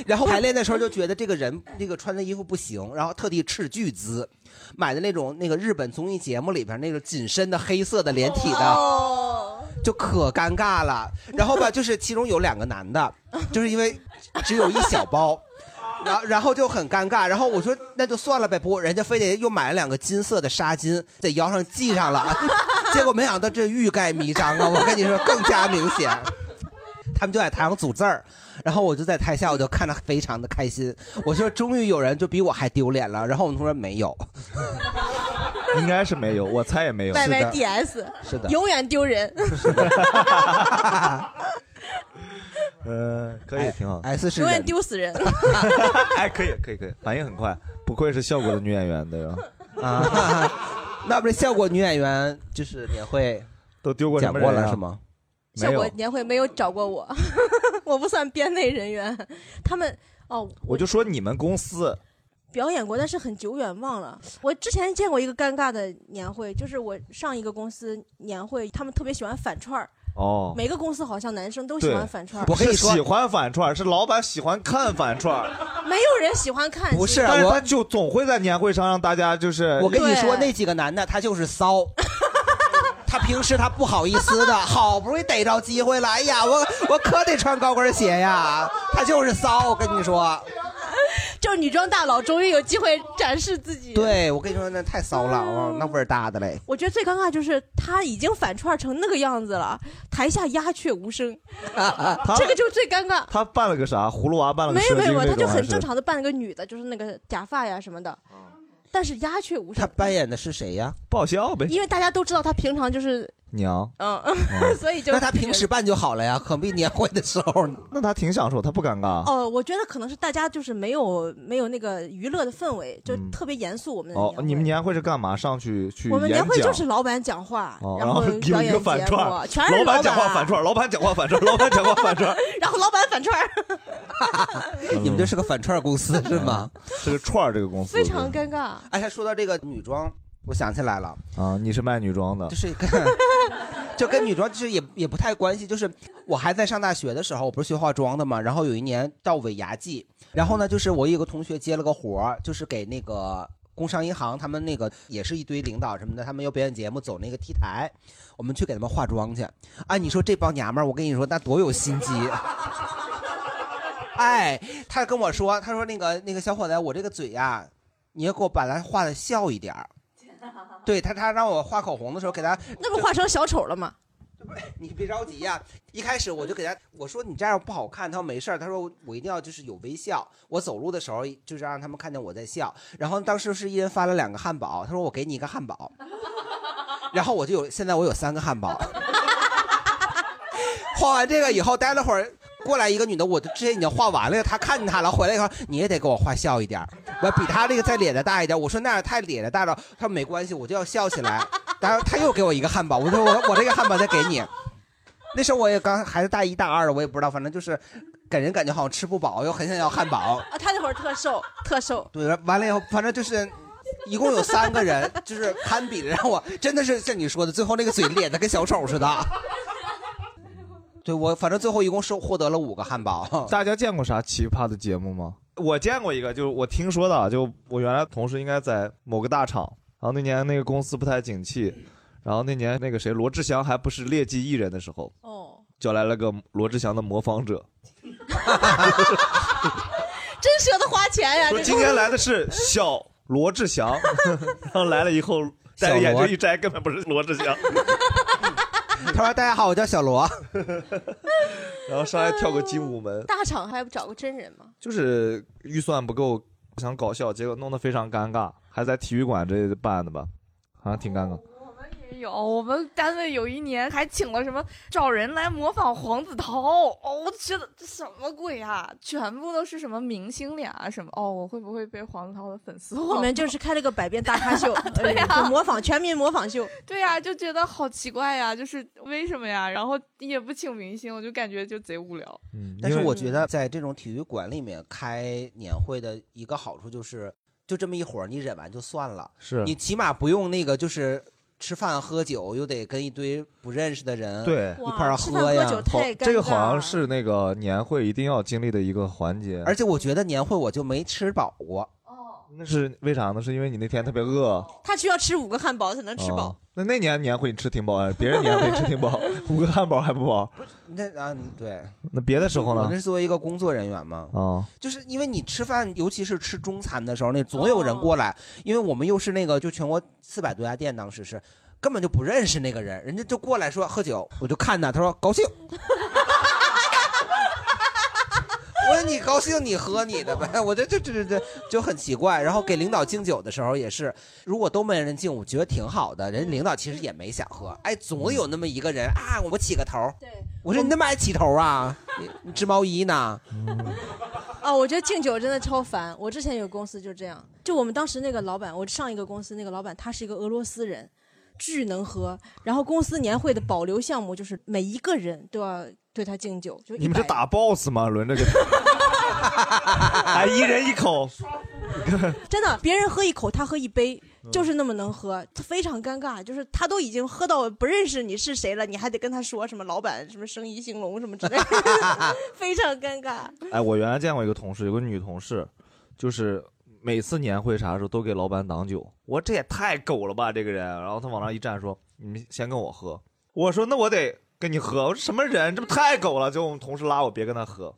然后排练的时候就觉得这个人那个穿的衣服不行，然后特地斥巨资买的那种那个日本综艺节目里边那个紧身的黑色的连体的，就可尴尬了。然后吧，就是其中有两个男的，就是因为只有一小包。然后然后就很尴尬，然后我说那就算了呗，不，人家非得又买了两个金色的纱巾，在腰上系上了，啊结果没想到这欲盖弥彰啊！我跟你说，更加明显。他们就在台上组字儿，然后我就在台下，我就看着非常的 (laughs) 开心。我说终于有人就比我还丢脸了，然后我们同学没有，应该是没有，我猜也没有。 YYDS，是的永远丢人。 (laughs) 呃，可以，挺好。 S 永远丢死人。 (laughs) 哎，可以，可以，可以，反应很快，不愧是效果的女演员，对吧？啊，那不是效果女演员就是年会都丢过什讲么过人啊了呀是吗？效果年会没有找过我， (laughs) 我不算编内人员。他们哦，我就说你们公司表演过，但是很久远忘了。我之前见过一个尴尬的年会，就是我上一个公司年会，他们特别喜欢反串儿。哦，每个公司好像男生都喜对欢反串儿，不是喜欢反串，是老板喜欢看反串。 (laughs) 没有人喜欢看。其实但他就总会在年会上让大家就是。啊我跟你说，对那几个男的他就 (laughs) 是 (laughs) 骚，他平时他不好意思 (laughs) 的，好不容易逮着机会了，哎呀，我我可得穿高跟鞋呀，他就是骚，我跟你说，就是女装大佬终于有机会展示自己。对我跟你说那太骚了，哦，那味儿大的嘞。我觉得最尴尬就是他已经反串成那个样子了，台下鸦雀无声，啊这个就是最尴尬。他办了个啥？葫芦娃办了个没有射没有精没有，那他就种还很是嗯正常的扮了个女的，就是那个假发呀什么的，但是鸦雀无声他。扮演的是谁呀？爆笑呗因为大家都知道他平常就是娘。嗯，哦 (laughs) 所以就 (laughs) 那他平时办就好 (laughs) 了呀，何必年会的时候呢？那他挺享受，他不尴尬。哦，我觉得可能是大家就是没有没有那个娱乐的氛围，就特别严肃。我们的嗯哦，你们年会是干嘛？上去去我们年演会讲就是老板讲话，哦，然然后有表一个演反节目，串，全是板讲话板，反串，老板讲话反串，老板讲话反串，然后老板反串儿， (laughs) 你们这是个反串公司是吗？嗯是个串儿这个公司。非常尴尬。哎，说到这个女装，我想起来了，啊，你是卖女装的，就是跟 (laughs) 就跟女装就是也也不太关系。就是我还在上大学的时候，我不是学化妆的嘛，然后有一年到尾牙季，然后呢，就是我有一个同学接了个活儿，就是给那个。工商银行他们那个也是一堆领导什么的，他们要表演节目走那个 T 台，我们去给他们化妆去。啊，你说这帮娘们儿，我跟你说那多有心机。 (laughs) 哎，他跟我说，他说那个那个小伙子，我这个嘴呀、你要给我把它画的笑一点儿。对他，他让我画口红的时候给他，那不画成小丑了吗？你别着急呀、一开始我就给他我说你这样不好看，他说没事儿，他说我一定要就是有微笑，我走路的时候就是让他们看见我在笑。然后当时是一人发了两个汉堡，他说我给你一个汉堡，然后我就有现在我有三个汉堡。画完这个以后，待了会儿过来一个女的，我都之前已经画完了，她看见她了，回来以后你也得给我画笑一点儿，我比她这个再咧的大一点。我说那样太咧的大了，她说没关系，我就要笑起来。然后她又给我一个汉堡，我说我我这个汉堡再给你。那时候我也刚还是大一大二，我也不知道，反正就是给人感觉好像吃不饱，又很想要汉堡。啊，他那会儿特瘦，特瘦。对，完了以后，反正就是一共有三个人，就是攀比的，让我真的是像你说的，最后那个嘴咧的跟小丑似的。对我，反正最后一共收获得了五个汉堡。大家见过啥奇葩的节目吗？我见过一个，就是我听说的啊，就我原来同事应该在某个大厂，然后那年那个公司不太景气，然后那年那个谁罗志祥还不是劣迹艺人的时候，哦，叫来了个罗志祥的模仿者，真舍得花钱哎呀！说这今天来的是小罗志祥，然后来了以后戴着眼镜一摘，根本不是罗志祥，他说：“大家好，我叫小罗。然后上来跳个精舞门，大厂还不找个真人吗？就是预算不够，想搞笑，结果弄得非常尴尬，还在体育馆这办的吧，好像挺尴尬。有，哎我们单位有一年还请了什么找人来模仿黄子韬，哦，我觉得这什么鬼啊？全部都是什么明星脸啊什么？哦，我会不会被黄子韬的粉丝？我们啊就是开了个百变大咖 (laughs) 秀，对呀就模仿全民模仿秀。对呀、就觉得好奇怪呀、就是为什么呀？然后也不请明星，我就感觉就贼无聊。” (laughs) 嗯但是我觉得在这种体育馆里面开年会的一个好处就是，就这么一会儿，你忍完就算了，是你起码不用那个就是。吃饭喝酒又得跟一堆不认识的人对，一块儿喝呀，好这个好像是那个年会一定要经历的一个环节，而且我觉得年会我就没吃饱过。那是为啥呢？是因为你那天特别饿，他需要吃五个汉堡才能吃饱哦。那那年年会你吃挺饱啊，别人年会吃 (laughs) 挺饱，五个汉堡还不饱，那啊，对，那别的时候我那呢是？作为一个工作人员嘛，啊，就是因为你吃饭，尤其是吃中餐的时候，那总有人过来，因为我们又是那个就全国四百多家店，当时是根本就不认识那个人，人家就过来说喝酒，我就看他，他说高兴。我说你高兴你喝你的呗，我这这这这这就很奇怪。然后给领导敬酒的时候也是，如果都没人敬，我觉得挺好的。人领导其实也没想喝，哎，总有那么一个人啊，我起个头。对，我说你那么爱起头啊？你你织毛衣呢？啊，我觉得敬酒真的超烦。我之前有公司就这样，就我们当时那个老板，我上一个公司那个老板，他是一个俄罗斯人，巨能喝。然后公司年会的保留项目就是每一个人都要对他敬酒，就你们是100打 boss 吗？(laughs) 轮着给，哎，一人一口， (laughs) 真的，别人喝一口，他喝一杯，嗯就是那么能喝，他非常尴尬。就是他都已经喝到不认识你是谁了，你还得跟他说什么老板、什么生意兴隆什么之类的， (laughs) 非常尴尬。哎，我原来见过一个同事，有个女同事，就是每次年会啥时候都给老板挡酒。我说这也太狗了吧，这个人。然后他往那一站说：“你们先跟我喝。”我说：“那我得跟你喝。”我说：“什么人？这不太狗了！”就我们同事拉我别跟他喝，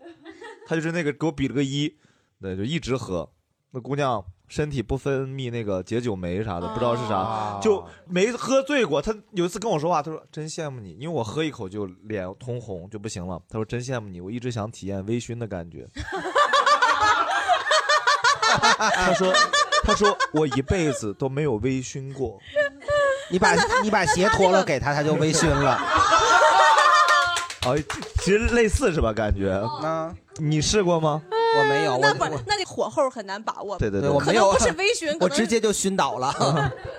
他就是那个给我比了个一，对，就一直喝。那姑娘身体不分泌那个解酒酶啥的，不知道是啥，就没喝醉过。她有一次跟我说话，她说：“真羡慕你，因为我喝一口就脸通红就不行了。”她说：“真羡慕你，我一直想体验微醺的感觉。”他说：“他说我一辈子都没有微醺过。你把你把鞋脱了给他，他就微醺了。 (laughs) 哦，其实类似是吧？感觉那你试过吗？我没有那不，那你火候很难把握。对对对我可没有能不是微醺，可能是。就熏倒 (laughs) 了，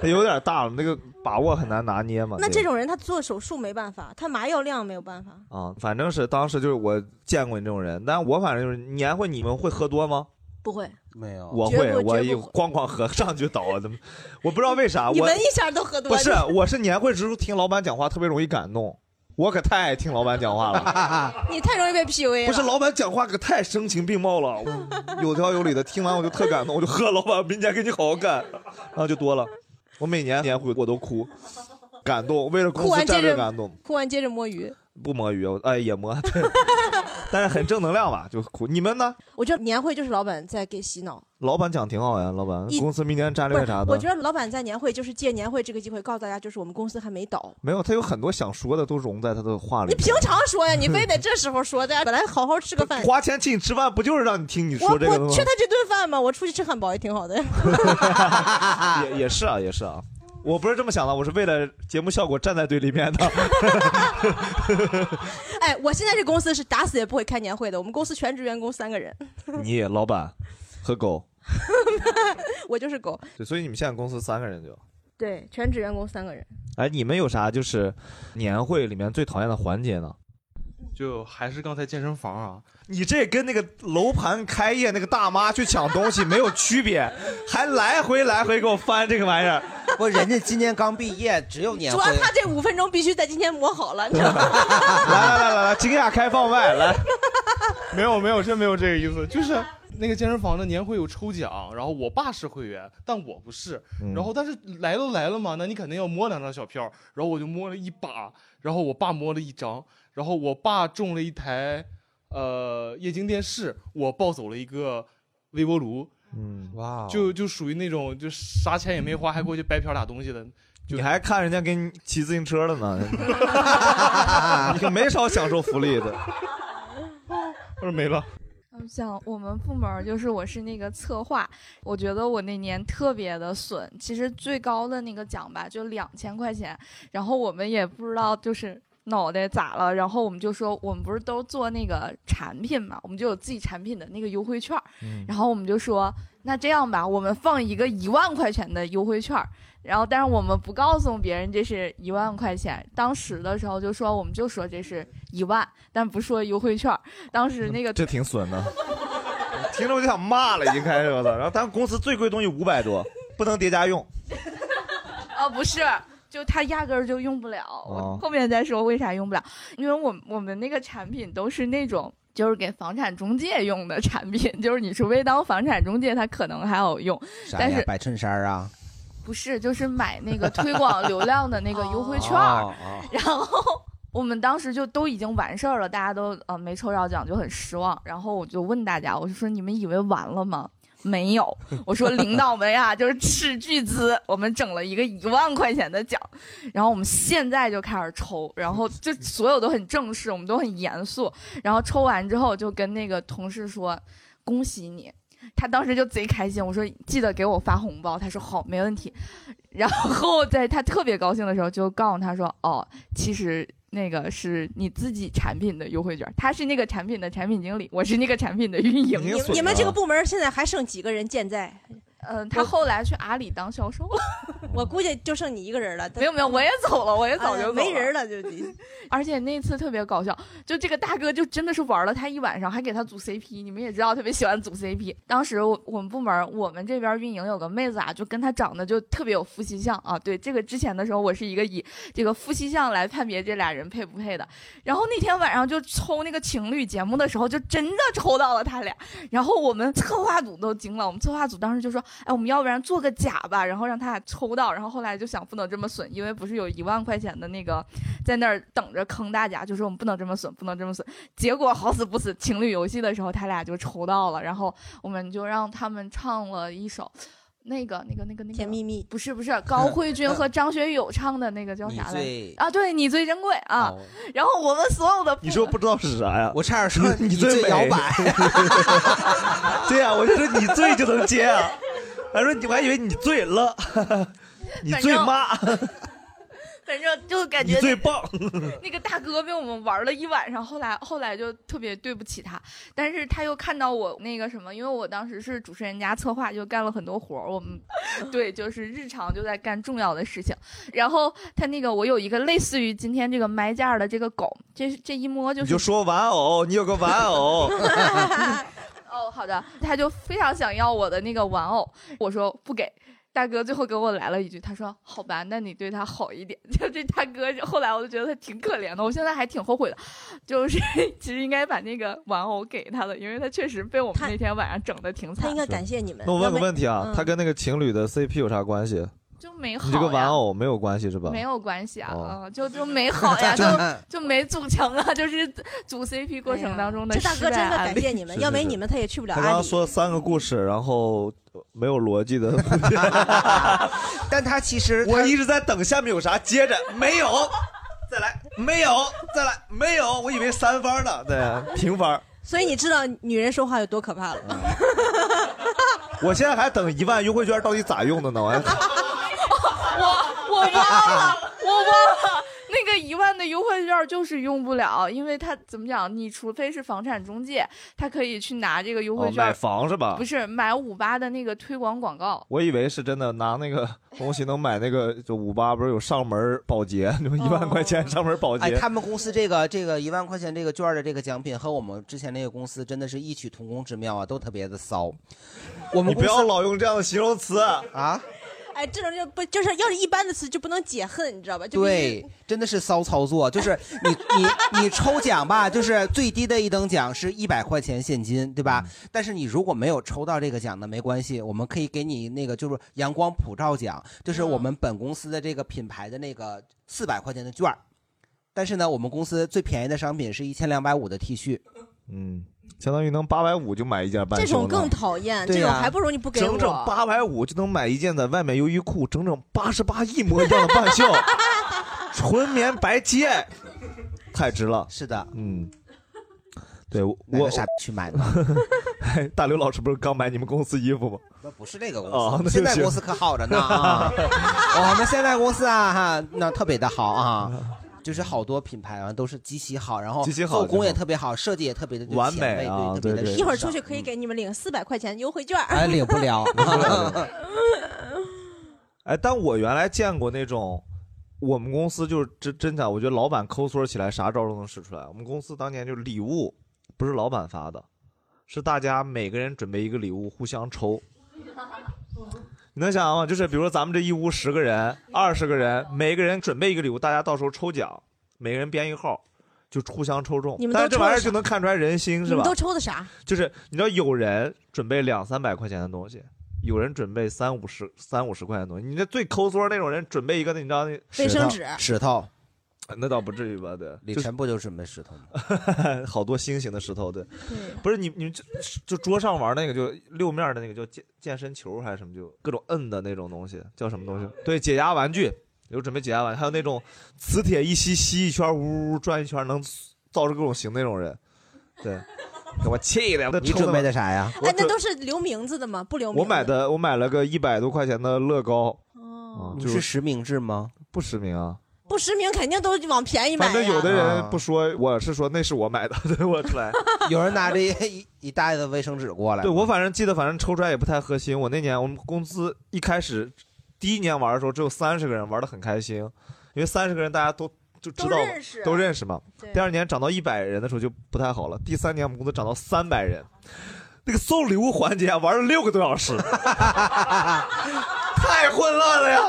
有点大了，那个把握很难拿捏嘛。那对这种人他做手术没办法，他麻药量没有办法。啊，反正是当时就是我见过你这种人，但我反正就是年会，你们会喝多吗？不会，没有，我绝会，不我绝一不会哐哐喝上去倒，啊怎么？我不知道为啥， (laughs) 你我闻一下都喝多。不是，我是年会时候听老板讲话特别容易感动，我可太爱听老板讲 (laughs) 话了。 (laughs) 你太容易被 PUA 了。不是 (laughs) 老板讲话可太声情并茂了，我有条有理的，听完我就特感动，我就喝老板，明年给你好好干，然后就多了。我每年年会我都哭，感动，为了公哭司完战接略着感动，哭完接着摸鱼。不摸鱼，我哎也摸，对 (laughs) 但是很正能量吧，就哭。你们呢？我觉得年会就是老板在给洗脑，老板讲挺好呀，老板一公司明年战不略是啥？的我，觉得老板在年会就是借年会这个机会告诉大家，就是我们公司还没倒。没有，他有很多想说的都融在他的话里你。平常说呀，你 (laughs) 非得这时候说，大家本来好好吃个饭。花钱请你吃饭不就是让你听你我说这个的我吗缺？他这顿饭吗？我出去吃汉堡也挺好的。 (laughs) 也也是啊，也是啊。我不是这么想的，我是为了节目效果站在对立面的。哎，我现在这公司是打死也不会开年会的。我们公司全职员工三个人， (laughs) (laughs) 你老板和狗，我就是狗。对，所以你们现在公司三个人就。对，全职员工三个人。哎，你们有啥就是年会里面最讨厌的环节呢？就还是刚才健身房啊，你这跟那个楼盘开业那个大妈去抢东西没有区 (laughs) 别，还来回来回给我翻这个玩意儿。不，人家今年刚毕业，只有年主会要。他这五分钟必须在今天磨好了，你知道吗？来来来来来，惊啊讶开放麦来。没有没有，真没有这个意思，就是那个健身房的年会有抽奖，然后我爸是会员，但我不是，然后但是来都来了嘛，那你肯定要摸两张小票，然后我就摸了一把，然后我爸摸了一张，然后我爸中了一台呃液晶电视，我抱走了一个微波炉，嗯，哇就就属于那种就啥钱也没花，还过去白嫖打东西的，你还看人家给你骑自行车了呢， (laughs) 你可没少享受福利的。我说没了。嗯像我们部门儿就是我是那个策划，我觉得我那年特别的损，其实最高的那个奖吧就两千块钱，然后我们也不知道就是脑袋咋了，然后我们就说我们不是都做那个产品嘛，我们就有自己产品的那个优惠券儿，然后我们就说那这样吧，我们放一个一万块钱的优惠券儿，然后但是我们不告诉别人这是一万块钱，当时的时候就说我们就说这是一万，但不说优惠券儿，当时那个这挺损的，听着我就想骂了，已经开始了。然后咱们公司最贵东西五百多，不能叠加用。 (laughs) 哦，不是，就他压根儿就用不了。哦我后面再说为啥用不了，因为我们我们那个产品都是那种。就是给房产中介用的产品， (laughs) 就是你除非当房产中介，它可能还好用，啥但呀？是白衬衫啊？不是就是买那个推广流量的那个优惠券儿，哦哦然后我们当时就都已经完事儿了，大家都呃没抽着奖，就很失望。然后我就问大家，我就说你们以为完了吗？没有。我说领导们呀，就是斥巨资，我们整了一个一万块钱的奖，然后我们现在就开始抽，然后就所有都很正式，我们都很严肃。然后抽完之后就跟那个同事说，恭喜你。他当时就贼开心，我说记得给我发红包，他说好，没问题。然后在他特别高兴的时候，就告诉他说，哦，其实那个是你自己产品的优惠券，他是那个产品的产品经理，我是那个产品的运营。你你啊们这个部门现在还剩几个人健在？嗯，他后来去阿里当销售了， (laughs) 我估计就剩你一个人了。啊没有没有，我也走了，我也早就走了，没人了就得。而且那次特别搞笑，就这个大哥就真的是玩了他一晚上，还给他组 CP。你们也知道，特别喜欢组 CP。当时我我们部门我们这边运营有个妹子啊，就跟他长得就特别有夫妻相啊。对，这个之前的时候我是一个以这个夫妻相来判别这俩人配不配的。然后那天晚上就抽那个情侣节目的时候，就真的抽到了他俩。然后我们策划组都惊了，我们策划组当时就说。哎，我们要不然做个假吧，然后让他俩抽到，然后后来就想不能这么损，因为不是有一万块钱的那个在那儿等着坑大家，就说我们不能这么损，不能这么损。结果好死不死，情侣游戏的时候他俩就抽到了，然后我们就让他们唱了一首。那个、那个、那个、那个甜蜜蜜，不是不是，高慧君和张学友唱的那个叫啥来着？啊，对你最珍贵啊、哦！然后我们所有的你说不知道是啥呀？我差点说你最摇摆。 (laughs) 对呀、啊，我就说你醉就能接啊！他说我还以为你醉了，你醉妈。反正就感觉最棒，那个大哥被我们玩了一晚上，后来后来就特别对不起他，但是他又看到我那个什么，因为我当时是主持人加策划，就干了很多活儿，我们 (laughs) 对就是日常就在干重要的事情。然后他那个我有一个类似于今天这个埋架的这个狗，这这一摸就是、你就说玩偶，你有个玩偶。哦，好的，他就非常想要我的那个玩偶，我说不给。大哥最后给我来了一句，他说：“好吧，那你对他好一点。” (laughs) 就这大哥，后来我就觉得他挺可怜的，我现在还挺后悔的，就是 (laughs) 其实应该把那个玩偶给他的，因为他确实被我们那天晚上整的挺惨。他应该感谢你们。那我问个问题啊、嗯，他跟那个情侣的 CP 有啥关系？就没好。你这个玩偶没有关系是吧？没有关系啊，哦、嗯，就就没好呀， (laughs) 就就没组成啊，就是组 CP 过程当中的、哎。这大哥真的感谢你们，是是是要没你们他也去不了阿里。他刚刚说三个故事，然后。没有逻辑的但他其实我一直在等下面有啥，接着没有，再来没有，哦再来没有，我以为三哎番呢，对，啊平番。所以你知道女人说话有多可怕了吗？我现在还等一万优惠券到底咋用的呢？我 (laughs) 我忘了，我忘了。那个一万的优惠券就是用不了，因为他怎么讲？你除非是房产中介，他可以去拿这个优惠券、哦、买房是吧？不是买五八的那个推广广告。 (laughs) 我以为是真的拿那个东西能买那个，就五八不是有上门保洁，那么一万块钱上门保洁。哎，他们公司这个这个一万块钱这个券的这个奖品和我们之前那个公司真的是异曲同工之妙啊，都特别的骚。我们你不要老用这样的形容词啊。 (laughs) 哎，这种就不就是要是一般的词就不能解恨，你知道吧？对，真的是骚操作，就是你你你抽奖吧，就是最低的一等奖是一百块钱现金，对吧、嗯？但是你如果没有抽到这个奖呢，没关系，我们可以给你那个就是阳光普照奖，就是我们本公司的这个品牌的那个四百块钱的券儿。但是呢，我们公司最便宜的商品是一千两百五的 T 恤，嗯。相当于能八百五就买一件半袖，这种更讨厌、啊，这种还不如你不给我。整整八百五就能买一件在外面优衣库整整八十八一模一样的 (laughs) 半袖，纯棉白切，太值了。是的，嗯，对我傻去买的。 (laughs) 大刘老师不是刚买你们公司衣服吗？啊那 (laughs) 不是那个公司，哦、现在公司可好着 (laughs) 呢啊！ (laughs) 我们现在公司啊哈，那特别的好啊。就是好多品牌啊，都是极其好，然后做工也特别好，设计也特别的完美啊，对对。一会儿出去可以给你们领四百块钱优惠券，哎，领不了。 (laughs) 哎，但我原来见过那种，我们公司就是真真的，我觉得老板抠缩起来啥招都能使出来。我们公司当年就是礼物，不是老板发的，是大家每个人准备一个礼物，互相抽。你能想吗？就是比如说咱们这一屋十个人、二十个人，每个人准备一个礼物，大家到时候抽奖，每个人编一号，就互相抽中。你们但是这玩意儿就能看出来人心是吧？你都抽的啥？就是你知道有人准备两三百块钱的东西，有人准备三五十、三五十块钱的东西。你这最抠缩那种人准备一个，你知道那卫生纸、石头。那倒不至于吧？对，李晨不就准备石头吗？ (laughs) 好多新型的石头， (laughs) 对，对不是你你就就桌上玩那个，就六面的那个叫健健身球还是什么，就各种摁的那种东西，叫什么东西？对，解压玩具，有准备解压玩具，还有那种磁铁一吸吸一圈，呜呜转一圈，能造出各种形那种人，对，给我气的。你准备的啥呀我 (laughs) 哎，那准都是留名字的吗？不留名字。我买的我买了个一百多块钱的乐高，哦，你是实名制吗？不实名啊。不实名肯定都往便宜买反呀。正有的人不说，我是说那是我买的， (laughs) 对我出来。啊有人 (laughs) 拿着一一一袋子卫生纸过来，对我反正记得，反正抽出来也不太核心。我那年我们公司一开始第一年玩的时候，只有三十个人，玩的很开心，因为三十个人大家都就知道都认识啊都认识嘛对。第二年涨到一百人的时候就不太好了，第三年我们公司涨到三百人，那个送礼物环节啊玩了六个多小时， (laughs) 太混乱了呀！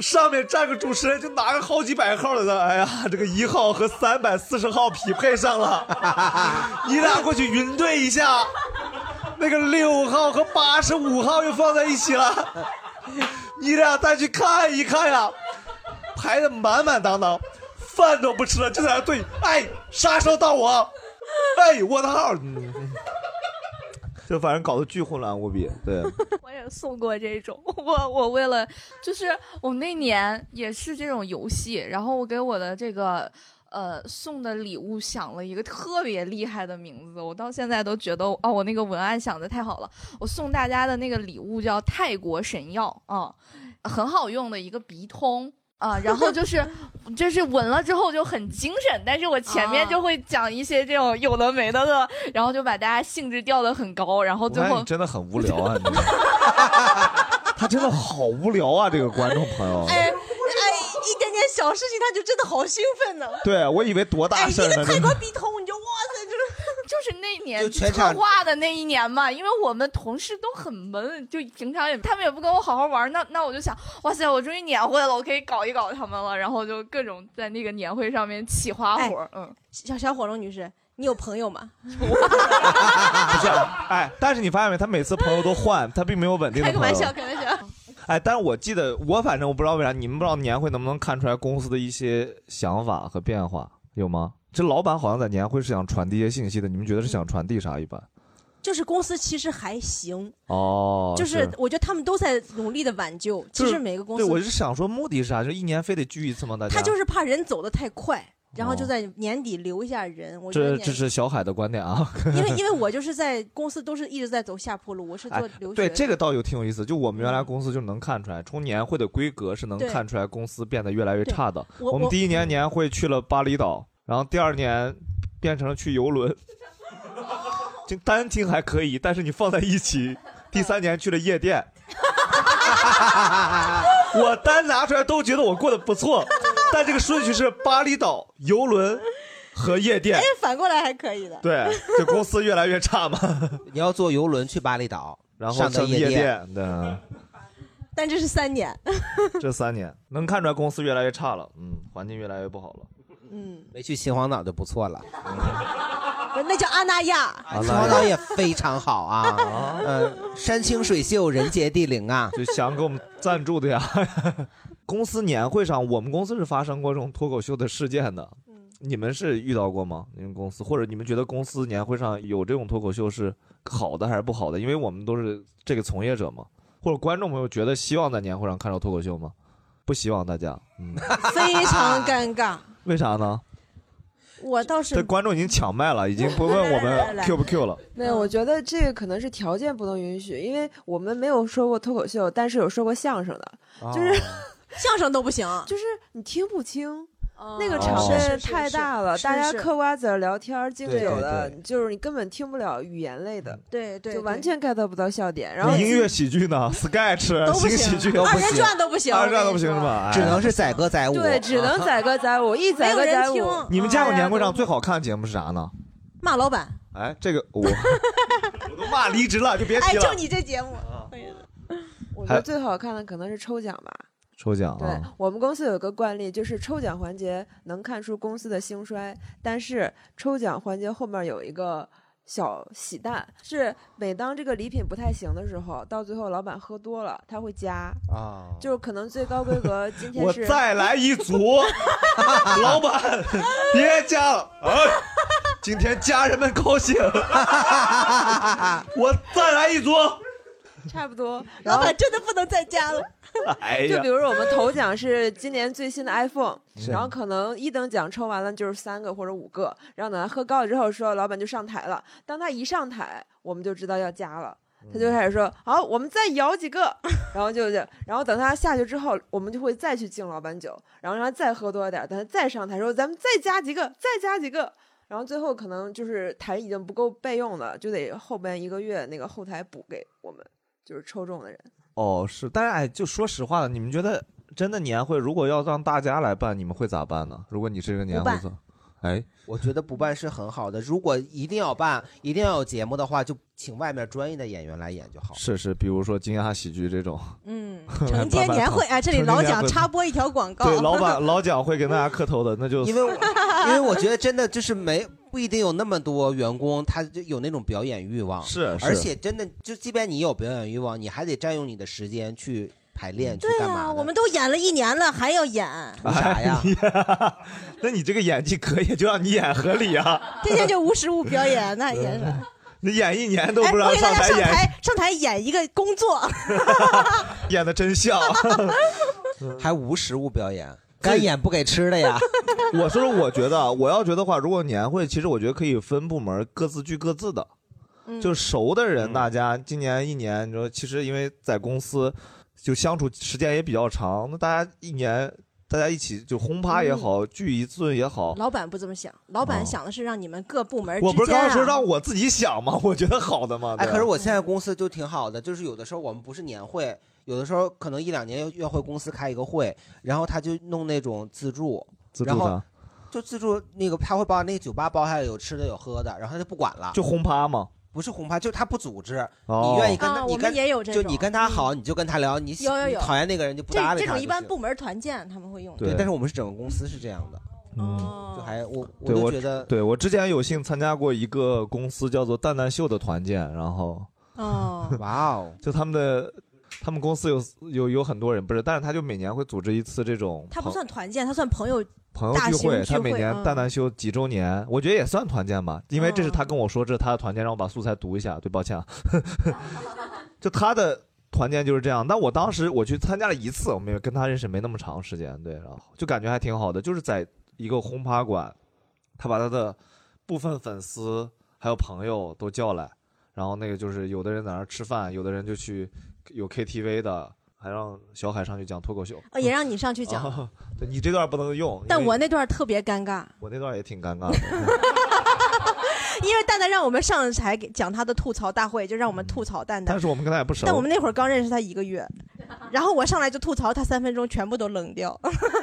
上面站个主持人，就拿个好几百号的，哎呀，这个一号和三百四十号匹配上了，你俩过去云对一下，那个六号和八十五号又放在一起了，你俩再去看一看呀，排的满满当当，饭都不吃了，就在那对，哎，啥时候到我？ (laughs) 哎，我的号，嗯就反正搞得巨混乱无比，对。哦我也送过这种，我我为了就是我那年也是这种游戏，然后我给我的这个呃送的礼物想了一个特别厉害的名字，我到现在都觉得哦，我那个文案想的太好了。我送大家的那个礼物叫泰国神药啊、很好用的一个鼻通。啊，然后就是就是闻了之后就很精神，但是我前面就会讲一些这种有的没的的，然后就把大家兴致吊得很高，然后我最看后你真的很无聊啊！你 (laughs) 他真的好无聊啊！这个观众朋友，哎哎，一点点小事情他就真的好兴奋呢。对我以为多大哎，一事儿个呢，泰真国的鼻通，你就哇塞，就是 (laughs) 就是那年就全场策划的那一年嘛，因为我们同事都很闷，就平常也他们也不跟我好好玩，那那我就想，哇塞，我终于年会了，我可以搞一搞他们了，然后就各种在那个年会上面起花哎火，嗯，小小火龙女士，你有朋友吗？不是。哎，但是你发现没，他每次朋友都换，他并没有稳定的开个朋玩友笑，。开玩笑。哎，但是我记得，我反正我不知道为啥，你们不知道年会能不能看出来公司的一些想法和变化有吗？这老板好像在年会是想传递一些信息的，你们觉得是想传递啥？一般就是公司其实还行，哦，就是我觉得他们都在努力的挽救。其实每个公司，对我是想说目的是啥？就一年非得聚一次吗？大家他就是怕人走的太快，然后哦就在年底留一下人。我觉得这年这是小海的观点啊，因为因为我就是在公司都是一直在走下坡路，我是做留学的。哎嗯对这个倒有挺有意思，就我们原来公司就能看出来，从年会的规格是能对看出来公司变得越来越对差的。我们我第一年年会去了巴厘岛，然后第二年变成了去 (laughs) 游轮，就单听还可以，但是你放在一起，第三年去了夜店，我单拿出来都觉得我过得不错，但这个顺序是巴厘岛、游轮和夜店哎。，反过来还可以的。对，就公司越来越差嘛。你要坐游轮去巴厘岛，然后上到上夜店，对。啊但这是三年，这三年能看出来公司越来越差了，嗯，环境越来越不好了。嗯，没去秦皇岛就不错了。不是那叫阿那亚。秦皇岛哎也非常好 (laughs) 啊，嗯，山清水秀，人杰地灵啊。就想给我们赞助的呀。 (laughs) 公司年会上，我们公司是发生过这种脱口秀的事件的。嗯你们是遇到过吗？你们公司或者你们觉得公司年会上有这种脱口秀是好的还是不好的？因为我们都是这个从业者嘛，或者观众朋友觉得希望在年会上看到脱口秀吗？不希望大家，嗯，非常尴尬。为啥呢？ (laughs) 我倒这是观众已经抢麦了，已经不问我来来来们来 Q 不 Q 了。没有，我觉得这个可能是条件不能允许，因为我们没有说过脱口秀，但是有说过相声的，就是、哦 (laughs) 相声都不行，就是你听不清。那个哦场是面是是太大了，哦是大家是嗑瓜子儿聊天儿敬对酒对的对，就是你根本听不了语言类的，对对，就完对全 get 不到笑点。然后那音乐喜剧呢？Sketch 都不新行喜剧二人转都不行二人转都不行是吧？哎只能是载歌载舞，对，只啊能载歌载舞，一载歌载舞。 (laughs) 你们家有年会上最好看的节目是啥呢？骂老板，哎，这个 (laughs) 我我都骂离职了，就别哎，提就了。啊你这节目，哎我觉得最好看的可能是抽奖吧。抽奖对啊，我们公司有个惯例，就是抽奖环节能看出公司的兴衰，但是抽奖环节后面有一个小喜蛋，是每当这个礼品不太行的时候，到最后老板喝多了，他会加，啊，就是可能最高规格 (laughs) 今天我是再来一 (laughs) 组，老板别加了，哎，今天家人们高 (laughs) 兴，我再来一组，差不多，老板真的不能再加了。哎呀，就比如说我们头奖是今年最新的 iPhone，是然后可能一等奖抽完了就是三个或者五个，然后等他喝高了之后说老板就上台了，当他一上台，我们就知道要加了。他就开始说：“好，我们再摇几个， (laughs) 然后就就，然后等他下去之后，我们就会再去敬老板酒，然后让他再喝多点儿，等他再上台说咱们再加几个，再加几个，然后最后可能就是台已经不够备用了，就得后边一个月那个后台补给我们，就是抽中的人。哦，是，但是哎，就说实话了，你们觉得真的年会如果要让大家来办，你们会咋办呢？如果你是一个年不会办做，哎，我觉得不办是很好的。如果一定要办，一定要有节目的话，就请外面专业的演员来演就好。是是，比如说惊讶喜剧这种，嗯，承承接年 (laughs) 会，哎，这里老蒋插播一条广告，(laughs) 对，老板老蒋会给大家磕头的，那 (laughs) 就因为我因为我觉得真的就是没不一定有那么多员工，他就有那种表演欲望。是是而且真的就即便你有表演欲望，你还得占用你的时间去排练去对干啊，嘛我的。们都演了一年了，还要 (laughs) 演。图啥呀？那你这个演技可以，就让你演合理啊，天天就无实物表演，那也是。你 (laughs) 演一年都哎，不我让给大上家台上演，台上台演一个工作， (laughs) 演的真像。还无实物表演，该演不给吃的呀。 (laughs) 我说说，我觉得啊，我要觉得话，如果年会，其实我觉得可以分部门，各自聚各自的。嗯嗯就熟的人，大家今年一年，你说，其实因为在公司就相处时间也比较长，那大家一年大家一起就轰趴嗯也好，聚一顿也好。老板不这么想，老板想的是让你们各部门哦我嗯之不是间刚啊刚说让我自己想吗？我觉得好的嘛。哎，对可是我现在公司就挺好的，就是有的时候我们不是年会，有的时候可能一两年要要回公司开一个会，然后他就弄那种自助，自助然后啥就自助那个他会把那个酒吧包下来，有吃的有喝的，然后他就不管了，就轰趴嘛。不是轰趴，就是他不组织，哦你愿意跟他，啊你我跟们也有这就种嗯你跟他好，你就跟他聊，你喜有有有你讨厌那个人就不搭这理这他种就行。一般部门团建他们会用。对，对但是我们是整个公司是这样的，嗯，就还我我对就我觉得对我之前有幸参加过一个公司叫做蛋蛋秀的团建，然后哦，哇哦， (laughs) 就他们的，他们公司有有有很多人，不是，但是他就每年会组织一次这种他不朋算团建，他算朋友。朋友大聚型会，聚他每会年嗯蛋蛋休几周年，我觉得也算团建吧，因为这是他跟我说这是他的团建，让我把素材读一下，对，抱歉，啊， (laughs) 就他的。团建就是这样，但我当时我去参加了一次，我没有跟他认识没那么长时间，对，然后就感觉还挺好的，就是在一个轰趴馆，他把他的部分粉丝还有朋友都叫来，然后那个就是有的人在那儿吃饭，有的人就去有 KTV 的，还让小海上去讲脱口秀。呃，也让你上 (laughs) 去讲，啊 (laughs) 对你这段不能用，因但为我那段特别尴尬，我那段也挺尴尬 (laughs) 的。因为蛋蛋让我们上台给讲他的吐槽大会，就让我们吐槽蛋蛋但。是我们跟他也不熟，但我们那会儿刚认识他一个月，然后我上来就吐槽他三分钟，全部都冷掉，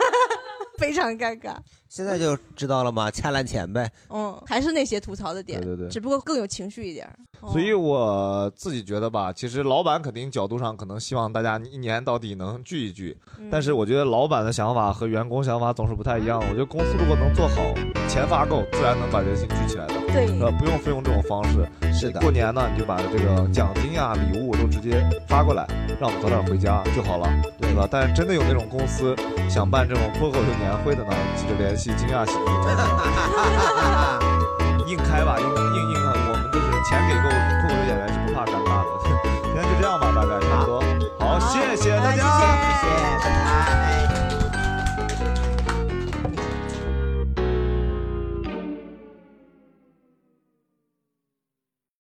(laughs) 非常尴尬。现在就知道了吗？掐烂钱呗。嗯，还是那些吐槽的点，对对对只不过更有情绪一点儿。所哦以我自己觉得吧，其实老板肯定角度上可能希望大家一年到底能聚一聚，嗯但是我觉得老板的想法和员工想法总是不太一样。我觉得公司如果能做好，钱发够，自然能把人心聚起来的。对呃，不用非用这种方式。是的过年呢，你就把这个奖金啊、礼物都直接发过来，让我们早点回家就好了，对吧？但是真的有那种公司想办这种脱口秀年会的呢，记得联系惊 (laughs) 讶喜剧 (laughs) 专家。硬开吧，硬硬硬啊！我们就是钱给够，